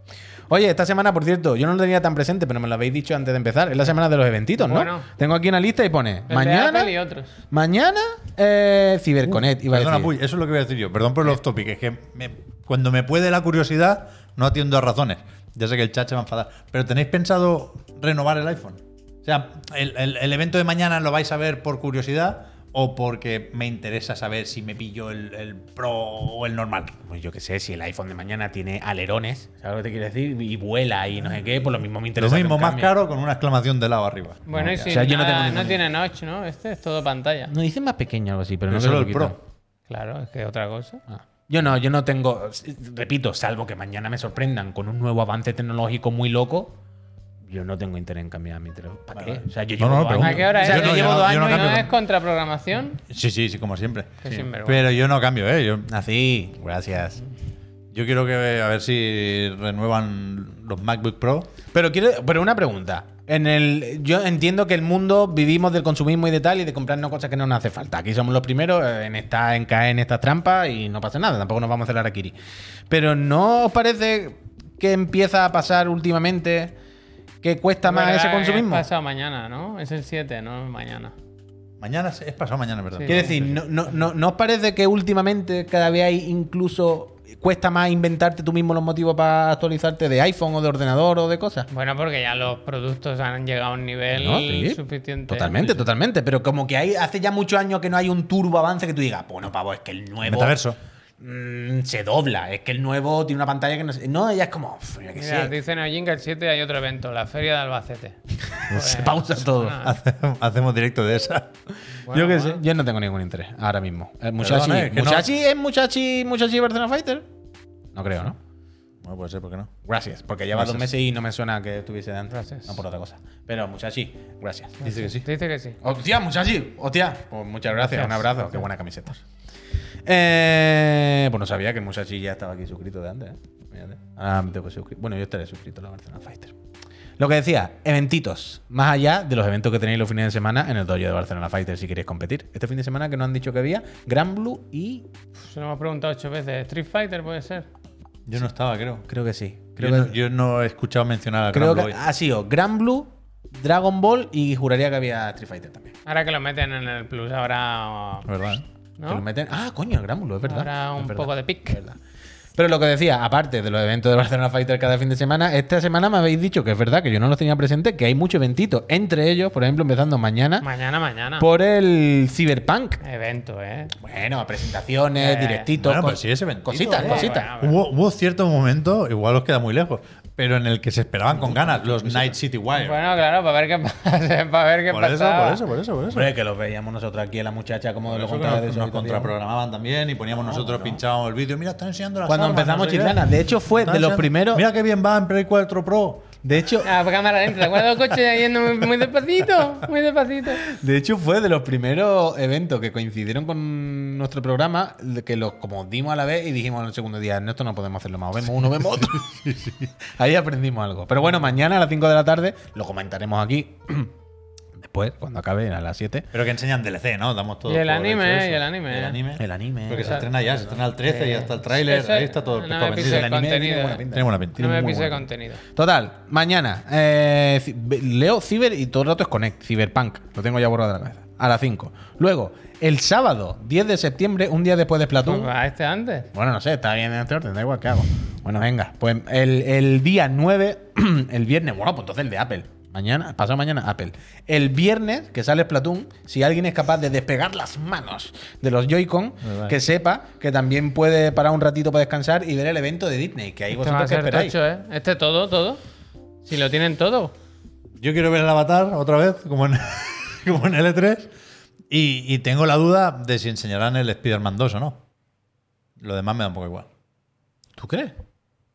Oye, esta semana, por cierto, yo no lo tenía tan presente, pero me lo habéis dicho antes de empezar. Es la semana de los eventitos, ¿no?
Bueno.
Tengo aquí una lista y pone.
El de
mañana.
Apple y otros.
Mañana, eh, Ciberconnect. iba a
Perdona,
decir.
Puy, eso es lo que voy a decir Eh. yo. Perdón por los topics. Es que me- cuando me puede la curiosidad, no atiendo a razones. Ya sé que el chat se va a enfadar. Pero ¿tenéis pensado renovar el iPhone? O sea, el, el- el evento de mañana lo vais a ver por curiosidad o porque me interesa saber si me pillo el, el Pro o el normal.
Pues yo qué sé, si el iPhone de mañana tiene alerones, ¿sabes lo que te quiero decir? Y vuela y no sé qué, pues lo mismo
Lo
me interesa. que
mismo,
me
más
cambie.
caro con una exclamación de lado arriba.
Bueno, y
ya.
si
O sea, yo no
nada-
tengo
no,
ningún-
tiene notch, ¿no? Este es todo pantalla.
No dicen más pequeño o algo así, pero,
Pero
no creo
solo el
que lo quitan.
Pro.
Claro, es que otra cosa.
Ah. Yo no, yo no tengo. Repito, salvo que mañana me sorprendan con un nuevo avance tecnológico muy loco. Yo no tengo interés en cambiar mi teléfono. ¿Para qué? O sea, yo
No,
llevo
no,
dos
pregunto.
¿A
años-
qué hora
o
es?
sea,
Yo
yo
no-
llevo
yo
dos
no-
años-
yo
años y no
cambio.
es contraprogramación.
Sí, sí, sí, como siempre.
Qué
Sí.
sinvergüenza.
Pero yo no cambio, ¿eh? Yo,
Así, gracias.
yo quiero que a ver si renuevan los MacBook Pro.
Pero quiero, pero una pregunta. En el, yo entiendo que el mundo vivimos del consumismo y de tal y de comprarnos cosas que no nos hace falta. Aquí somos los primeros en esta, en caer en estas trampas y no pasa nada. Tampoco nos vamos a hacer la Kiri. Pero ¿no os parece que empieza a pasar últimamente que cuesta más
¿Verdad?
ese consumismo?
Es pasado mañana, ¿no? Es el 7, no es mañana.
Mañana es es pasado mañana, ¿verdad?
Sí.
Quiero decir, no, no, no, ¿no os parece que últimamente cada vez hay incluso cuesta más inventarte tú mismo los motivos para actualizarte de iPhone o de ordenador o de cosas?
Bueno, porque ya los productos han llegado a un nivel
No, sí.
suficiente.
Totalmente, totalmente. Pero como que hay, hace ya muchos años que no hay un turbo avance que tú digas, bueno, pavo, es que el nuevo.
Metaverso. <laughs>
mm, se dobla. Es que el nuevo tiene una pantalla que no sé. No, ella es como. "Uf, yo qué
Mira,
sé".
dicen allí que el 7 hay otro evento, la Feria de Albacete.
<laughs> se pausa todo. Ah,
Bueno,
Hacemos- Hacemos directo de esa.
bueno,
yo qué
bueno.
sé, yo no tengo ningún interés ahora mismo. Eh, Muchachi,
Perdona, es que no-
muchachi es muchachi, muchachi Barcelona Fighter. No creo, ¿no?
Bueno, puede ser, ¿por qué no?
Gracias, porque lleva dos meses y no me suena que estuviese antes.
Gracias.
No por otra cosa. Pero muchachi, gracias.
Dice que sí.
Dice que sí.
Hostia, muchachi, hostia. Pues muchas gracias, un abrazo. Qué buena camiseta. pues no sabía que el muchachi ya estaba aquí suscrito de antes. ¿eh? Fíjate. Ahora me tengo que suscri- Bueno, yo estaré suscrito a la Barcelona Fighter. Lo que decía, eventitos. Más allá de los eventos que tenéis los fines de semana en el dojo de Barcelona Fighter si queréis competir. Este fin de semana que nos han dicho que había Gran Blue y.
Se lo hemos preguntado ocho veces. ¿Street Fighter puede ser?
Yo no estaba, creo.
Creo que sí. Creo
Yo, no,
que,
yo no he escuchado mencionar a
creo
Gran
que
Blue hoy.
ha sido Gran Blue, Dragon Ball y juraría que había Street Fighter también.
Ahora que lo meten en el Plus, habrá.
La verdad, ¿eh?
Que lo
¿No?
meten- Ah, coño, el Gran Blue, es verdad.
Habrá
Es
un
verdad.
poco de pick.
Pero lo que decía, aparte de los eventos de Barcelona Fighter cada fin de semana, esta semana me habéis dicho que es verdad que yo no los tenía presente, que hay muchos eventitos. Entre ellos, por ejemplo, empezando mañana
Mañana, mañana.
por el Cyberpunk.
Evento, ¿eh?
Bueno, presentaciones,
Eh,
directitos,
bueno,
cos-
pero sí es eventito,
cositas,
eh.
cositas.
Bueno,
Hubo, hubo cierto momento, igual os queda muy lejos, pero en el que se esperaban con ganas los Night City Wire.
Bueno, claro, para ver qué pasa. <laughs> Para ver qué
por, eso,
pasaba.
por eso, por eso, por eso,
Hombre, que los veíamos nosotros aquí a la muchacha como de lo
Eso que
contrario de
nos,
eso
nos
que había.
contraprogramaban también y poníamos nosotros, pinchábamos el vídeo. Mira, están enseñando las
Cuando
armas,
empezamos
no sé qué.
Chiclana, de hecho fue
Están
de los
enseñando-
primeros.
Mira qué bien va en Play 4 Pro.
De hecho,
Ah, cámara lenta. ¿Te acuerdas del coche yendo muy, muy despacito? Muy despacito.
De hecho, fue de los primeros eventos que coincidieron con nuestro programa, de que los como dimos a la vez y dijimos el segundo día, no, esto no podemos hacerlo más, vemos uno, vemos
<laughs>
otro. Ahí aprendimos algo. Pero bueno, mañana a las 5 de la tarde lo comentaremos aquí. <clears throat> Después, cuando acabe, a las 7.
Pero que enseñan DLC, ¿no? Damos todo.
Y el
por
anime,
hecho eso.
y el anime.
El anime.
El anime.
Porque se estrena ya, se estrena el 13 y hasta el tráiler.
Eso-
Ahí está todo
no
todo
me
vendido.
pises
El anime-
contenido.
Tiene buena pinta.
No me
muy
pise
buena
contenido.
Total, mañana. eh, ci- ve- leo Ciber y todo el rato es Connect, Cyberpunk. Lo tengo ya borrado de la cabeza. A las 5. Luego, el sábado, 10 de septiembre, un día después de Splatoon.
¿A este antes?
Bueno, no sé, está bien en este orden, da igual qué hago. Bueno, venga, pues el, el día 9, <clears throat> el viernes, bueno, pues entonces el de Apple. Mañana, pasado mañana, Apple. El viernes, que sale Splatoon, si alguien es capaz de despegar las manos de los Joy-Con,
Verdad.
que sepa que también puede parar un ratito para descansar y ver el evento de Disney, que ahí
Este va a
vosotros que
ser
esperáis.
tocho, ¿eh? Este todo, todo. Si lo tienen todo.
Yo quiero ver el avatar otra vez, como en, <laughs> como en L3. Y, y tengo la duda de si enseñarán el Spider-Man 2 o no. Lo demás me da un poco igual.
¿Tú crees?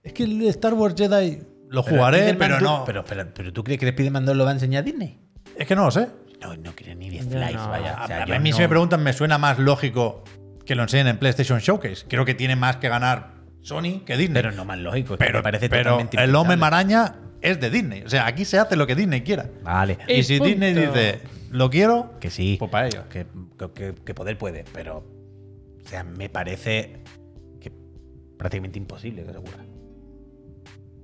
Es que el Star Wars Jedi lo
Pero
jugaré,
Spiderman,
pero
tú-
no.
Pero, pero, pero tú crees que el Spider-Man 2 lo va a enseñar Disney?
Es que no lo sé.
No, no creo ni de Flies,
no.
vaya.
A,
O sea,
a
yo
mí, si me
no-
preguntan, me suena más lógico que lo enseñen en PlayStation Showcase. Creo que tiene más que ganar Sony que Disney.
Pero no más lógico, es que
pero,
me parece
pero
totalmente
el hombre
impensable.
maraña es de Disney. O sea, aquí se hace lo que Disney quiera.
Vale.
Y,
Y
si
punto.
Disney dice, lo quiero,
Que sí.
pues para ellos.
Que, que- que- que poder puede, pero. O sea, me parece que prácticamente imposible que se ocurra.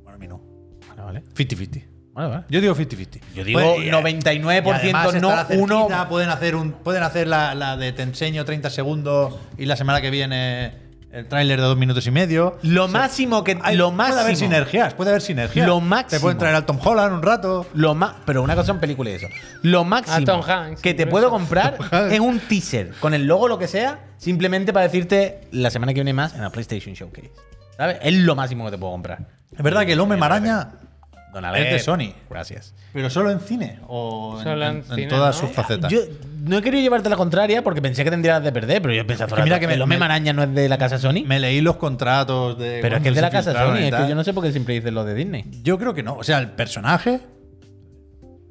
Para mí no.
Vale, vale.
50-50.
Vale, vale.
Yo digo 50-50.
Yo digo
Pues, y- y
99%
además estará
no, uno.
cerquita, Pueden hacer, un, pueden hacer la, la de te enseño 30 segundos y la semana que viene el tráiler de dos minutos y medio.
Lo
O sea,
máximo que.
hay-
lo
Puede haber
máximo.
sinergias, puede haber sinergias.
Lo máximo.
Te pueden traer al Tom Holland un rato.
Lo ma- pero una cosa en película y eso. Lo máximo
Ah, Tom Hanks,
que te
incluso.
puedo comprar es un teaser con el logo lo que sea, simplemente para decirte la semana que viene más en la PlayStation Showcase. ¿Sabes? Es lo máximo que te puedo comprar.
Es verdad que el hombre maraña,
Don
Es de Sony.
Gracias.
pero solo en cine o en,
Solo en
en- en
cine,
todas
¿no?
sus facetas.
Yo no he querido llevarte la contraria porque pensé que tendrías de perder, pero yo pensaba
que mira que me-
el hombre
me-
maraña no es de la casa Sony.
Me leí los contratos de.
pero es que es
cuando
de
se
la casa
filtraron
Sony,
y
es
tal.
que yo no sé por qué siempre dices lo de Disney.
Yo creo que no. O sea, el personaje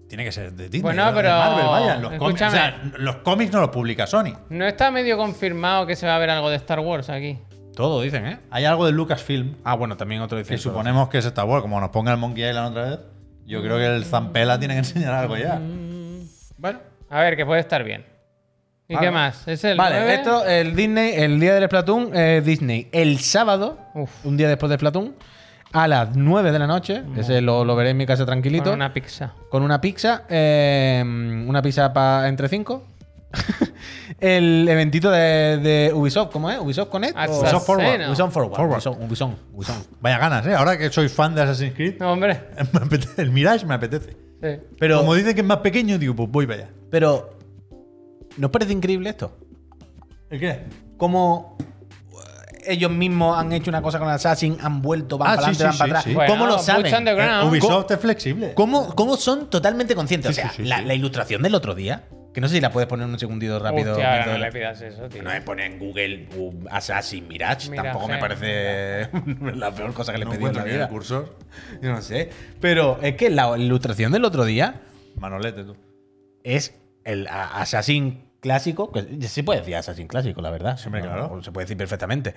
tiene que ser de Disney.
Bueno,
o de
pero-
Marvel, vaya. Los cómics, o
escúchame.
sea, los cómics no los publica Sony.
No está medio confirmado que se va a ver algo de Star Wars aquí.
Todo dicen, ¿eh?
Hay algo de Lucasfilm
Ah, bueno, también otro
que
dicen. todo.
suponemos que es Star Wars. Como nos ponga el Monkey Island otra vez, yo creo que el Zampela tiene que enseñar algo ya.
Mm.
Bueno.
A ver, que puede estar bien. ¿Y
Vale.
qué más? Es el
Vale,
9?
esto, el Disney, el día del Splatoon, eh, Disney, el sábado,
Uf.
un día después del Splatoon, a las 9 de la noche, ese lo, lo veré en mi casa tranquilito,
Con una pizza.
pizza, eh, una pizza pa- entre 5. <laughs> el eventito de, de Ubisoft, ¿cómo es? Ubisoft Connect. o-
Asesino.
Ubisoft Forward.
Ubisoft Forward.
Forward.
Ubisoft, Ubisoft, Ubisoft.
Vaya ganas, ¿eh? Ahora que soy fan de Assassin's Creed,
No, hombre.
<laughs> me apetece- el Mirage me apetece.
Sí.
Pero como dicen que es más pequeño, digo, pues voy para allá.
Pero, ¿nos parece increíble esto?
¿El qué?
Como eh, ellos mismos han hecho una cosa con Assassin, han vuelto, van
Ah,
para
sí,
adelante,
sí,
van para
sí,
atrás.
sí.
¿Cómo
Bueno,
lo
Boots
saben?
Underground.
Eh, Ubisoft es flexible.
¿Cómo, cómo son totalmente conscientes?
Sí,
o sea,
sí, sí,
la,
sí.
la ilustración del otro día, que no sé si la puedes poner en un segundito rápido.
Hostia, ahora no
Miguel.
le pidas eso, tío.
No me pone en Google
uh,
um, Assassin Mirage,
Mirage,
tampoco me
eh.
parece
<laughs>
la peor cosa que le
No
pedí en la
encuentro ni el
vida.
cursor.
Yo no sé. Pero es que la ilustración del otro día
Manolete, tú.
es el a- Assassin clásico. Que se puede decir Assassin clásico, la verdad.
hombre, claro.
Se puede decir perfectamente. O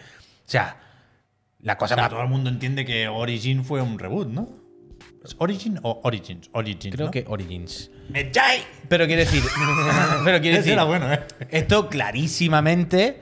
sea, la cosa
O sea,
más.
todo el mundo entiende que Origin fue un reboot, ¿no? ¿Es Origin o Origins? Origins,
Creo
¿no?
que Origins.
¡Me echáis!
Pero
<laughs>
quiere decir. pero quiere
Ese
decir.
era bueno, ¿eh?
Esto clarísimamente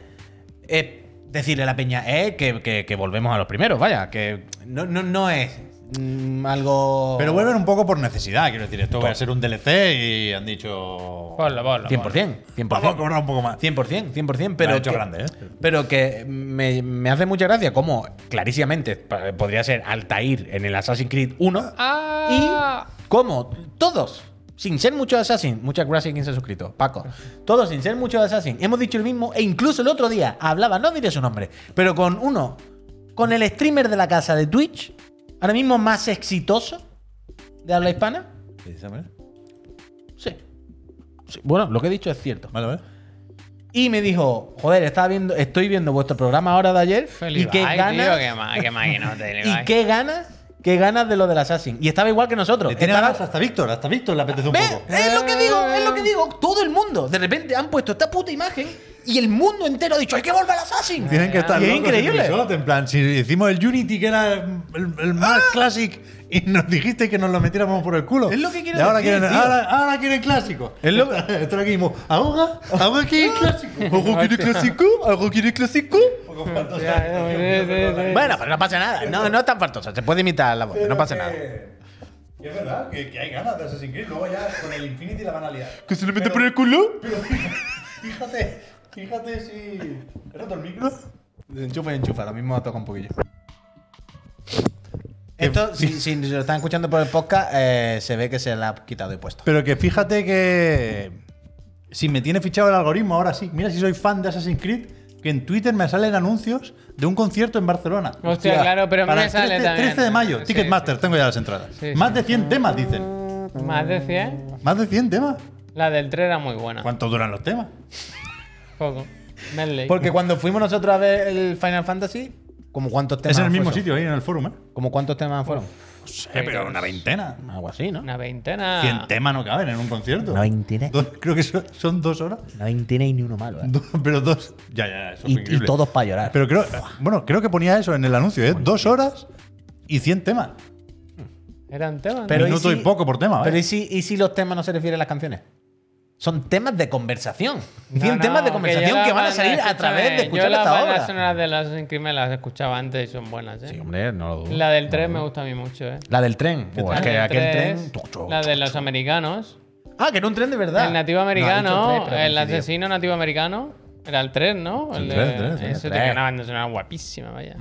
es decirle a la peña eh, que, que- que volvemos a los primeros, vaya, que no, no, no es mm, algo
Pero vuelven un poco por necesidad, quiero decir. Esto va a ser un DLC y han dicho.
Ponlo, ponlo.
100%, 100%,
Vamos a cobrar un poco más.
100%, 100%, pero
Lo ha hecho
que,
grande, ¿eh?
pero que me, me hace mucha gracia como clarísimamente pa- podría ser Altair en el Assassin's Creed 1
Ah.
y como todos sin ser muchos Assassin, muchas gracias a quien se ha suscrito, Paco. Todos sin ser muchos Assassin, hemos dicho el mismo e incluso el otro día hablaba, no diré su nombre, pero con uno, con el streamer de la casa de Twitch, ahora mismo más exitoso de habla hispana. Sí. Sí, Bueno, lo que he dicho es cierto.
Vale, vale.
Y me dijo, joder, estaba viendo, estoy viendo vuestro programa ahora de ayer.
Feliz
y qué
Ibai, tío, qué
ganas.
ma- qué maquinote, el
<laughs>
Ibai.
y qué ganas, qué ganas de lo del Assassin. Y estaba igual que nosotros.
Le tiene
Estaba-
ganas hasta Víctor, hasta Víctor le apetece un
¿Ve?
poco.
Es lo que digo, es lo que digo. Todo el mundo, de repente, han puesto esta puta imagen y el mundo entero ha dicho, hay que volver al Assassin.
Tienen que estar
Eh, Y es
locos
increíble.
incluso, en plan, si hicimos el Unity que era el, el más classic y nos dijiste que nos lo metiéramos por el culo.
Ah. Es lo que quiero
Y ahora
decir,
Quieren,
tío.
ahora, ahora quieren clásico. Es lo <laughs> Esto aquí mismo. ¿Ahoga?
Ah.
¿Ahoga quiere clásico?
<laughs>
¿Ahoga quiere clásico? ¿Ahoga quiere clásico?
Sí, sí, sí.
Bueno, pero no pasa nada. No, no es tan fartosa. Se puede imitar la voz, no pasa nada.
Y es verdad que, que hay ganas de Assassin's Creed. Luego ya con el Infinity la van a liar.
¿Que se le mete por el culo?
Pero <laughs> fíjate, fíjate si. ¿He roto el micro?
Enchufa y enchufa, lo mismo toca un poquillo. Esto, si, si lo están escuchando por el podcast, eh, se ve que se la ha quitado y puesto.
Pero que fíjate que. Si me tiene fichado el algoritmo, ahora sí. Mira si soy fan de Assassin's Creed, que en Twitter me salen anuncios de un concierto en Barcelona.
Hostia, claro, pero a mí
Para
me
el
sale
13,
también.
13 de mayo,
Sí,
Ticketmaster,
sí.
tengo ya las entradas.
Sí,
Más
sí.
de 100 temas, dicen.
Más de 100.
Más de 100 temas.
La del 3 era muy buena.
¿Cuánto duran los temas?
Poco. Medley.
Porque cuando fuimos nosotros a ver el Final Fantasy, ¿como cuántos temas
Es en el
fue
mismo
eso? pues.
sitio, ahí en el forum, ¿eh?
¿Como cuántos temas fueron?
Sí, pero una veintena.
Algo así, ¿no?
Una veintena.
100 temas no caben en un concierto.
Una veintena.
Dos- Creo que son, son dos horas.
Una veintena y ni uno malo, ¿eh?
Dos- pero dos. Ya, ya, eso es
Y, y
increíble.
todos para llorar.
Pero creo, bueno, creo que ponía eso en el anuncio, ¿eh? Dos horas y 100 temas.
Eran temas. ¿no?
Pero- ¿y
Minuto y,
si-
poco por tema,
Pero
¿eh?
¿y si, ¿y si los temas no se refieren a las canciones? Son temas de conversación.
No,
100 temas de
no,
conversación
yo
que
las
van a salir
bandas,
a través de
escúchame,
escuchar
Yo las
esta
bandas
obra.
sonoras de las Sin Crimen las escuchaba antes y son buenas, ¿eh?
Sí, hombre, no lo dudo.
la del 3 me gusta a mí mucho, ¿eh?
La del tren. Buah,
La
es Pues que
del
aquel
3,
tren. Chu, chu,
La de
chu,
los
chu.
americanos.
Ah, que era un tren de verdad.
El nativo
No, ha dicho
americano,
tres, pero
el
coincidió.
asesino nativo americano. Era el 3, ¿no? El
el tres, tres,
Ese
tres,
tres.
tenía una banda sonora guapísima, vaya.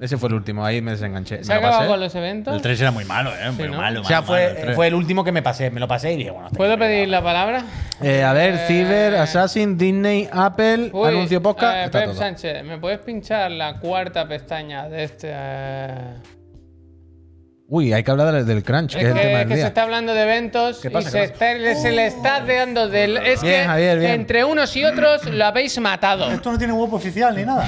Ese fue el último, ahí me desenganché.
¿Se
Mm. Me
ha
lo
acabado
pasé.
con los eventos?
El 3 era muy malo, ¿eh? Muy
Sí, ¿no?
malo,
O sea,
malo, malo, el
fue,
tres.
fue el último que me pasé. Me lo pasé y dije, bueno, hasta
¿Puedo
aquí me
pedir
quedo.
la palabra?
Eh, a ver, Ciber, Assassin, Disney, Apple,
Uy,
anuncio podcast.
eh,
está
Pep
todo.
Sánchez, ¿me puedes pinchar la cuarta pestaña de este...? eh?
Uy, hay que hablar del, del crunch, que es
Es
el tema
que,
del
que se
día.
está hablando de eventos
¿Qué pasa?
y
¿Qué
se, está- se le está dando del... Es
Bien,
que
Javier, bien.
entre unos y otros lo habéis
<laughs>
matado.
Esto no tiene web oficial ni <laughs> nada.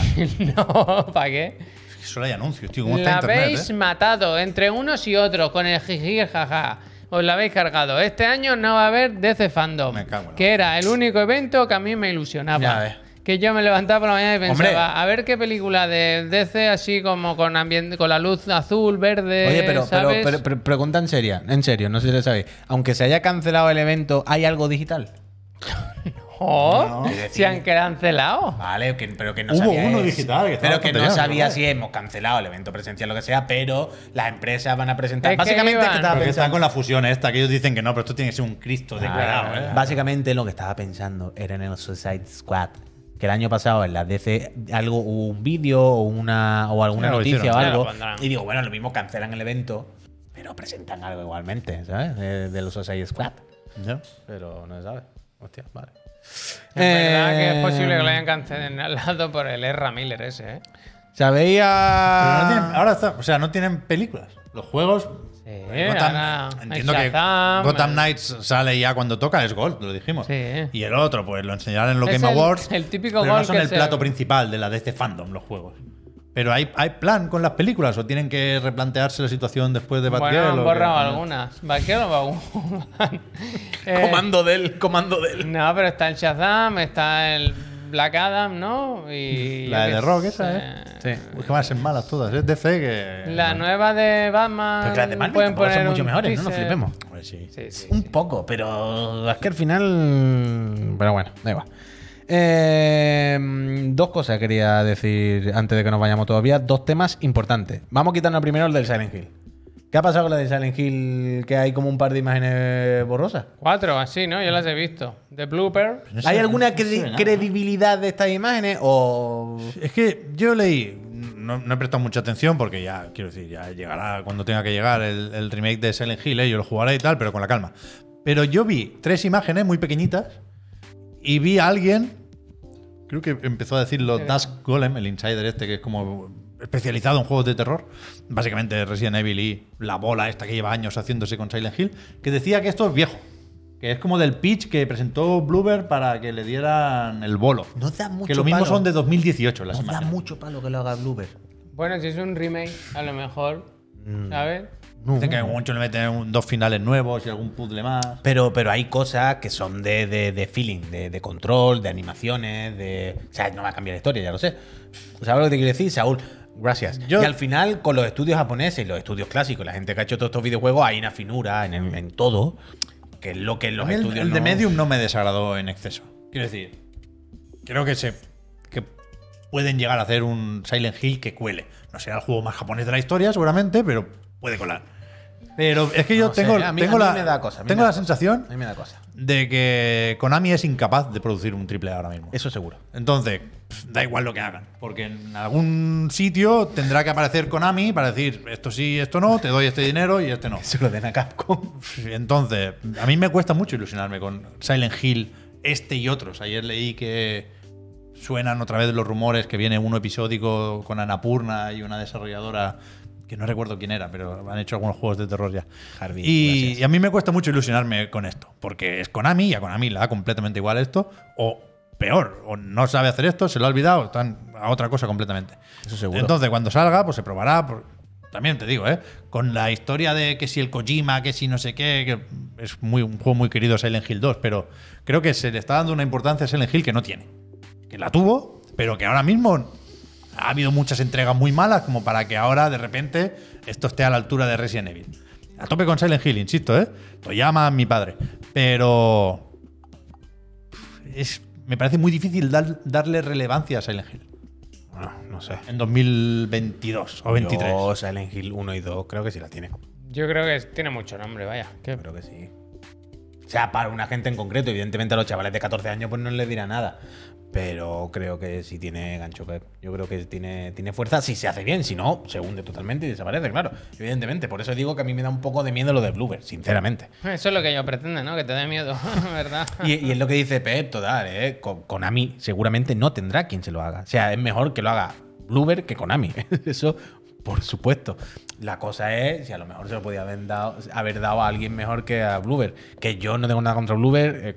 no, <laughs> ¿para qué?
Solo hay anuncios, tío. ¿Cómo
La
está internet?
habéis
eh?
matado entre unos y otros con el jiji jaja. Os la habéis cargado. Este año no va a haber DC Fandom.
Me cago en la
que era el único evento que a mí me ilusionaba.
Ya ves.
Que yo me levantaba por la mañana y
Hombre.
pensaba, a ver qué película de DC así como con ambiente, con la luz azul, verde.
Oye, pero, pero,
¿sabes?
pero- pero pregunta en serio, en serio, no sé si lo sabéis. Aunque se haya cancelado el evento, ¿hay algo digital?
Oh,
No. Ah,
se han cancelado.
Vale, que- pero que no
Hubo
sabía.
uno
es-
digital, que estaba
pero que no
tonteando,
sabía
¿verdad?
si hemos cancelado el evento presencial, lo que sea, pero las empresas van a presentar.
Es que
básicamente,
iban-
es que estaba
Porque están
pensando-
con la fusión esta, que ellos dicen que no, pero esto tiene que ser un Cristo declarado. ¿eh?
Básicamente lo que estaba pensando era en el Suicide Squad. Que el año pasado en la DC algo hubo un vídeo o una o alguna
Ya lo
noticia
hicieron,
o
ya
algo.
lo pondrán.
Y digo, bueno, lo mismo cancelan el evento, pero presentan algo igualmente, ¿sabes? De, de los Suicide Squad.
¿eh? Ya.
Pero no se sabe. Hostia, vale.
Es verdad que es posible que
eh,
lo hayan cancelado por el R. Miller ese, ¿eh?
¿Sabéis
Pero
Ah.
no
a-
tienen- ahora está, o sea, no tienen películas. Los juegos. eh,
ahora,
entiendo
el
que
Shazam,
Gotham
el-
Knights sale ya cuando toca, es Gold, lo dijimos.
Sí.
Y el otro, pues lo enseñarán en los
Es
Game
el-
Awards.
el típico
pero
Gold
no son
que
el
se-
plato principal de la de este fandom, los juegos. Pero hay, hay plan con las películas, o tienen que replantearse la situación después de
Bueno,
Batgirl, o
han
que-
borrado algunas. Vaquero <laughs> va un- Eh,
Comando del, comando del.
No, pero está el Shazam, está el Black Adam, ¿no? Y
La
yo
de
qué
Rock,
sé.
esa, ¿eh?
Sí.
Uy, que van a ser malas todas, es DC que.
La nueva de
Pero
Batman.
que las de Marvel
pueden
tampoco
poner
son
un
mucho mejores, no nos
teaser.
flipemos.
Hombre, sí.
Sí, sí.
Un poco, pero es que al final. Pero bueno, da igual. Eh, dos cosas quería decir antes de que nos vayamos todavía. Dos temas importantes. Vamos a quitarnos primero el del Silent Hill. ¿Qué ha pasado con la de Silent Hill? Que hay como un par de imágenes borrosas.
Cuatro, así, ¿no? Yo las he visto. De Blooper.
No sé,
¿Hay
no
alguna
sé
cre-
de nada.
credibilidad de estas imágenes? O.
Es que yo leí, no, no he prestado mucha atención porque ya, quiero decir, ya llegará cuando tenga que llegar el, el remake de Silent Hill, ¿eh? yo lo jugaré y tal, pero con la calma. Pero yo vi tres imágenes muy pequeñitas y vi a alguien, creo que empezó a decirlo Dusk Golem, el insider este que es como especializado en juegos de terror, básicamente Resident Evil y la bola esta que lleva años haciéndose con Silent Hill, que decía que esto es viejo. Que es como del pitch que presentó Bloober para que le dieran el bolo.
No da mucho
Que lo mismo
palo.
son de 2018 las
Nos da
imágenes.
mucho palo que lo haga Bloober.
Bueno, si es un remake, a lo mejor.
Mm.
¿Sabes?
Dicen que mucho le meten un- dos finales nuevos y algún puzzle más.
Pero, pero hay cosas que son de, de- de feeling, de, de control, de animaciones, de. O sea, no va a cambiar la historia, ya lo sé. ¿Sabes lo que te quiero decir, Saúl? Gracias.
Yo-
y al final, con los estudios japoneses y los estudios clásicos, la gente que ha hecho todos estos videojuegos, hay una finura en, el- en todo, que es lo que en los
A mí el,
estudios.
el de
no-
Medium no me desagradó en exceso. Quiero decir, creo que se que pueden llegar a hacer un Silent Hill que cuele. No será el juego más japonés de la historia, seguramente, pero puede colar. Pero es que yo
no sé,
tengo,
a mí-
tengo
a mí
la,
me da cosa, a mí
tengo
me
la
da cosa.
sensación
A mí me da cosa.
de que Konami es incapaz de producir un triple A ahora mismo. <laughs>
Eso seguro.
Entonces, pf, da igual lo que hagan, porque en algún sitio tendrá que aparecer Konami para decir esto sí, esto no, te doy este dinero y este no.
Se lo den a Capcom.
Entonces, a mí me cuesta mucho ilusionarme con Silent Hill, este y otros. Ayer leí que suenan otra vez los rumores que viene uno episódico con Anapurna y una desarrolladora que no recuerdo quién era, pero han hecho algunos juegos de terror ya.
Harvey,
y,
gracias.
y a mí me cuesta mucho ilusionarme con esto, porque es Konami y a Konami le da completamente igual esto, o peor, o no sabe hacer esto, se lo ha olvidado, están a otra cosa completamente.
Eso seguro.
Entonces, cuando salga, pues se probará. por- También te digo, ¿eh? Con la historia de que si el Kojima, que si no sé qué, que es muy, un juego muy querido Silent Hill 2, pero creo que se le está dando una importancia a Silent Hill que no tiene. Que la tuvo, pero que ahora mismo ha habido muchas entregas muy malas como para que ahora de repente esto esté a la altura de Resident Evil. A tope con Silent Hill, insisto, ¿eh? Lo llama mi padre. Pero es- me parece muy difícil dar- darle relevancia a Silent Hill
Bueno, no sé.
en 2022 o 23.
Yo, Silent Hill 1 y 2 creo que sí la tiene.
Yo creo que tiene mucho nombre, vaya. Que- <laughs>
Creo que sí. O sea, para una gente en concreto. Evidentemente a los chavales de 14 años pues no les dirá nada. Pero creo que sí tiene gancho Pep. Yo creo que tiene, tiene fuerza si se hace bien. Si no, se hunde totalmente y desaparece, claro. Evidentemente. Por eso digo que a mí me da un poco de miedo lo de Bloober, sinceramente.
Eso es lo que yo pretendo, ¿no? Que te dé miedo, <laughs> ¿verdad?
Y, y es lo que dice Pep, total, ¿eh? Ko- Konami seguramente no tendrá quien se lo haga. O sea, es mejor que lo haga Bloober que Konami. <laughs> Eso, por supuesto. La cosa es si a lo mejor se lo podía haber dado, haber dado a alguien mejor que a Bloober. Que yo no tengo nada contra Bloober. eh,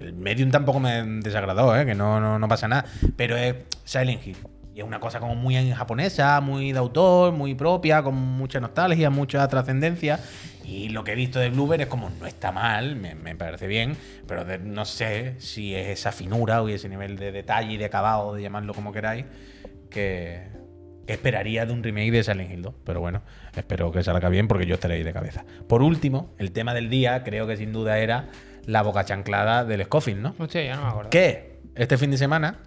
el Medium tampoco me desagradó, ¿eh? que no, no, no pasa nada. Pero es Silent Hill. Y es una cosa como muy en japonesa, muy de autor, muy propia, con mucha nostalgia, mucha trascendencia. Y lo que he visto de Bloober es como, no está mal, me, me parece bien, pero de- no sé si es esa finura o ese nivel de detalle y de acabado, de llamarlo como queráis, que, que esperaría de un remake de Silent Hill 2. Pero bueno, espero que salga bien porque yo estaré ahí de cabeza. Por último, el tema del día creo que sin duda era la boca chanclada del Scofield, ¿no?
Hostia, yo no me acuerdo.
Que este fin de semana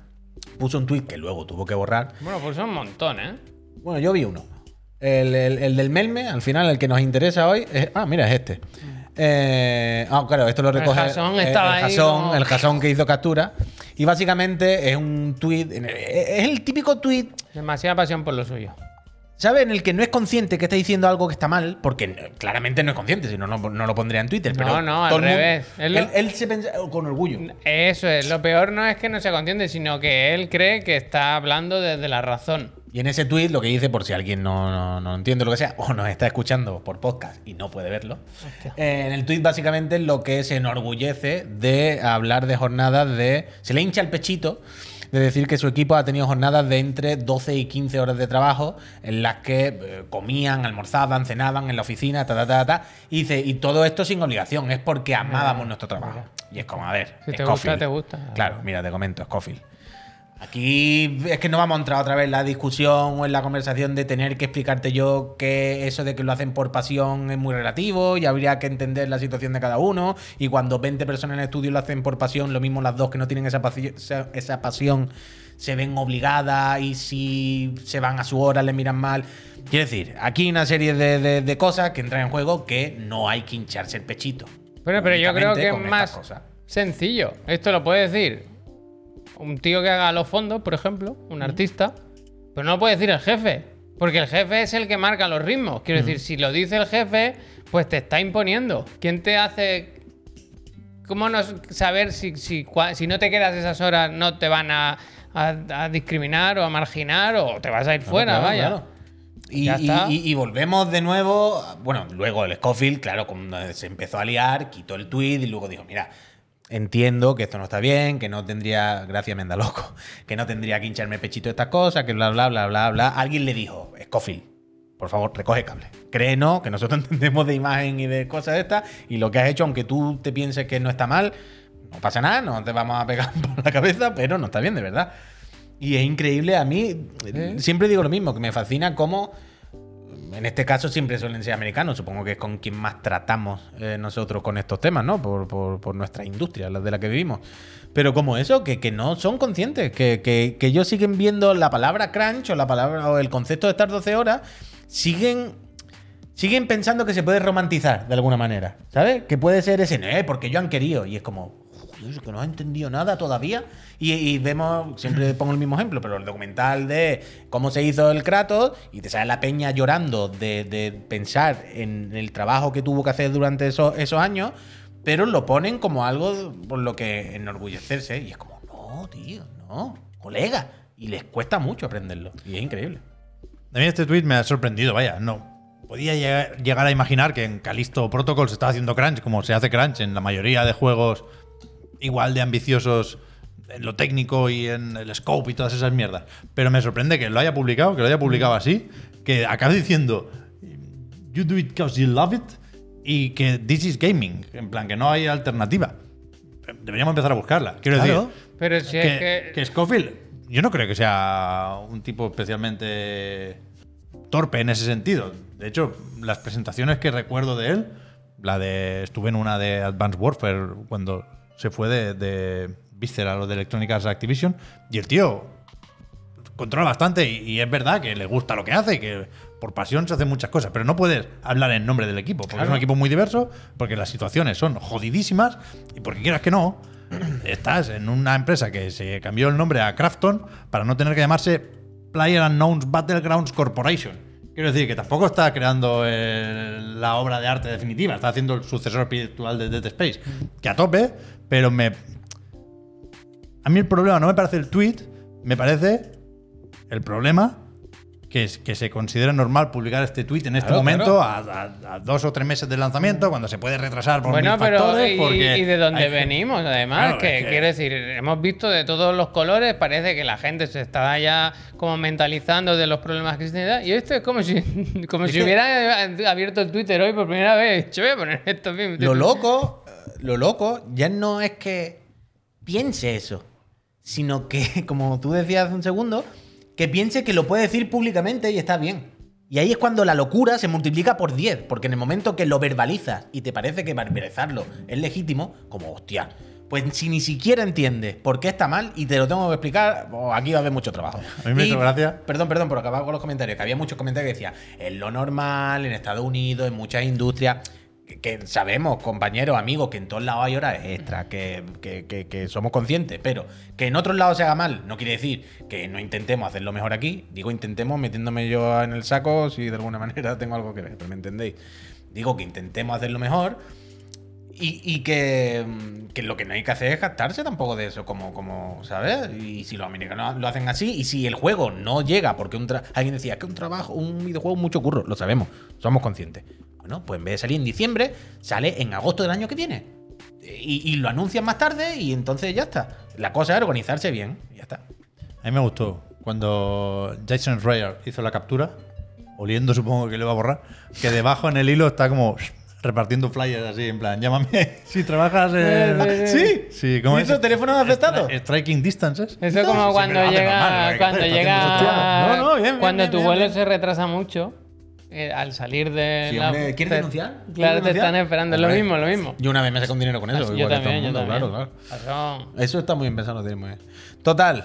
puso un tweet que luego tuvo que borrar,
Bueno, pues son un montón, ¿eh?
bueno, yo vi uno. El, el- el del Melme, al final, el que nos interesa hoy. es- ah, mira, es este. Eh, ah, claro, esto lo recoge.
Jasón
eh,
estaba
el
ahí
Jasón,
como-
el Jasón que hizo captura. Y básicamente es un tweet. Es el típico tweet
Demasiada pasión por lo suyo.
¿Sabes? En el que no es consciente que está diciendo algo que está mal, porque eh, claramente no es consciente, si no, no, no lo pondría en Twitter.
No,
pero
no, al
todo el mundo-
revés. Él
Él,
lo-
él se pensa con orgullo.
Eso es, lo peor no es que no se contiende, sino que él cree que está hablando desde la razón.
Y en ese tweet lo que dice, por si alguien no, no- no entiende lo que sea, o nos está escuchando por podcast y no puede verlo, eh, en el tweet básicamente lo que se enorgullece de hablar de jornadas de... Se le hincha el pechito de decir que su equipo ha tenido jornadas de entre 12 y 15 horas de trabajo en las que eh, comían, almorzaban, cenaban en la oficina, ta, ta, ta, ta. Y dice, y todo esto sin obligación, es porque amábamos nuestro trabajo. Y es como, a ver,
Ah, Si te
Scofield.
gusta, te gusta.
Claro, mira, te comento, Scofield. Aquí es que no vamos a entrar otra vez en la discusión o en la conversación de tener que explicarte yo que eso de que lo hacen por pasión es muy relativo y habría que entender la situación de cada uno. Y cuando 20 personas en el estudio lo hacen por pasión, lo mismo las dos que no tienen esa, paci- esa- esa pasión se ven obligadas y si se van a su hora le miran mal. Quiero decir, aquí hay una serie de, de- de cosas que entran en juego que no hay que hincharse el pechito.
Bueno, pero yo creo
Únicamente
que es
con estas
más
cosas.
sencillo. Esto lo puede decir un tío que haga los fondos, por ejemplo, un artista, pero no lo puede decir el jefe, porque el jefe es el que marca los ritmos. Quiero decir, si lo dice el jefe, pues te está imponiendo. ¿Quién te hace ¿Cómo no saber si, si, cua- si no te quedas esas horas no te van a, a- a discriminar o a marginar o te vas a ir fuera?
claro,
vaya.
claro. Y,
Ya
y-
está.
y- y volvemos de nuevo. Bueno, luego el Scofield, claro, cuando se empezó a liar, quitó el tweet y luego dijo: Mira, entiendo que esto no está bien, que no tendría. Gracias, Mendaloco. <laughs> Que no tendría que hincharme el pechito de estas cosas, que bla, bla, bla, bla, bla. Alguien le dijo: Scofield, por favor, recoge cable. Créenos que nosotros <laughs> entendemos de imagen y de cosas de estas. Y lo que has hecho, aunque tú te pienses que no está mal, no pasa nada, no te vamos a pegar <laughs> por la cabeza, pero no está bien, de verdad. Y es increíble, a mí siempre digo lo mismo, que me fascina cómo, en este caso siempre suelen ser americanos, supongo que es con quien más tratamos eh, nosotros con estos temas, ¿no? Por, por- por nuestra industria, la de la que vivimos. Pero como eso, que, que no son conscientes, que, que- que ellos siguen viendo la palabra crunch o, la palabra, o el concepto de estar 12 horas, siguen siguen pensando que se puede romantizar de alguna manera, ¿sabes? Que puede ser ese, "Eh, porque ellos han querido. Y es como, "Joder, es que no has entendido nada todavía. Y, y vemos, siempre pongo el mismo ejemplo, pero el documental de cómo se hizo el Kratos y te sale la peña llorando de, de pensar en el trabajo que tuvo que hacer durante esos, esos años, pero lo ponen como algo por lo que enorgullecerse. Y es como, no, tío, no, colega. Y les cuesta mucho aprenderlo. Y es increíble.
A mí este tweet me ha sorprendido, vaya, no. Podía llegar, llegar a imaginar que en Callisto Protocol se está haciendo crunch, como se hace crunch en la mayoría de juegos igual de ambiciosos en lo técnico y en el scope y todas esas mierdas. Pero me sorprende que lo haya publicado, que lo haya publicado así, que acabe diciendo You do it because you love it y que this is gaming, en plan que no hay alternativa. Deberíamos empezar a buscarla. Quiero
Claro.
decir,
Pero si es
que,
que.
que Scofield, yo no creo que sea un tipo especialmente torpe en ese sentido. De hecho, las presentaciones que recuerdo de él, la de estuve en una de Advanced Warfare cuando se fue de, de Visceral o de Electronic Arts Activision. Y el tío controla bastante y, y es verdad que le gusta lo que hace, que por pasión se hacen muchas cosas, pero no puedes hablar en nombre del equipo, porque es un equipo muy diverso, porque las situaciones son jodidísimas y porque quieras que no, estás en una empresa que se cambió el nombre a Crafton para no tener que llamarse Player Unknowns Battlegrounds Corporation. Quiero decir que tampoco está creando el- la obra de arte definitiva, está haciendo el sucesor espiritual de Dead Space, que a tope, pero me... A mí el problema no me parece el tweet, me parece el problema que, es, que se considera normal publicar este tweet en este
Claro,
momento, a, a- a dos o tres meses del lanzamiento, cuando se puede retrasar por
Bueno,
mil
pero
factores,
y,
porque
y de dónde
hay-
venimos, además,
Claro,
que,
es que-
quiero decir, hemos visto de todos los colores, parece que la gente se está ya como mentalizando de los problemas que tiene y esto es como si, <laughs> como si hubiera abierto el Twitter hoy por primera vez. Yo voy a poner esto bien.
Lo loco, eh, lo loco ya no es que piense eso, sino que, <laughs> como tú decías hace un segundo, que piense que lo puede decir públicamente y está bien. Y ahí es cuando la locura se multiplica por 10, porque en el momento que lo verbalizas y te parece que verbalizarlo es legítimo, como hostia, pues si ni siquiera entiendes por qué está mal y te lo tengo que explicar, pues, aquí va a haber mucho trabajo.
A mí me
Y-
hizo gracia.
Perdón, perdón, por acabar con los comentarios, que había muchos comentarios que decían, es lo normal en Estados Unidos, en muchas industrias, que, que sabemos, compañeros, amigos, que en todos lados hay horas extras, que, que- que- que somos conscientes, pero que en otros lados se haga mal, no quiere decir que no intentemos hacerlo mejor aquí, digo intentemos metiéndome yo en el saco si de alguna <laughs> manera tengo algo que ver, pero me entendéis. Digo que intentemos hacerlo mejor, y, y que, mm, que lo que no hay que hacer es gastarse tampoco de eso, como, como ¿sabes? Y si los americanos lo hacen así, y si el juego no llega, porque un tra- alguien decía que un trabajo, un videojuego es mucho curro, lo sabemos, somos conscientes. Bueno, pues en vez de salir en diciembre, sale en agosto del año que viene. Y, y lo anuncian más tarde, y entonces ya está. La cosa es organizarse bien, y ya está.
A mí me gustó cuando Jason Schreier hizo la captura, oliendo supongo que le va a borrar, que debajo en el hilo está como <laughs> repartiendo flyers así, en plan, llámame <laughs> si trabajas en...
Sí, sí,
Sí, ¿cómo
¿Hizo
es?
teléfono aceptado?
Stri- Striking distances.
Eso es como
Sí,
cuando
pero hace
llega,
normal, eh, hay que
cuando
hacer,
llega,
haciendo sus tíos. No, no, bien, bien,
cuando
bien,
tu
bien,
vuelo
bien.
se retrasa mucho, eh, al salir de
Sí,
la-
hombre, ¿quieres
te-
denunciar? ¿Quieres
Claro, te
denunciar?
están esperando, es lo
Hombre.
mismo, lo mismo.
Yo una vez me saqué un dinero con eso.
yo
igual que todo el
también,
mundo,
yo también.
Claro, claro.
Razón.
Eso está muy bien pensado, lo tenemos. eh. Total,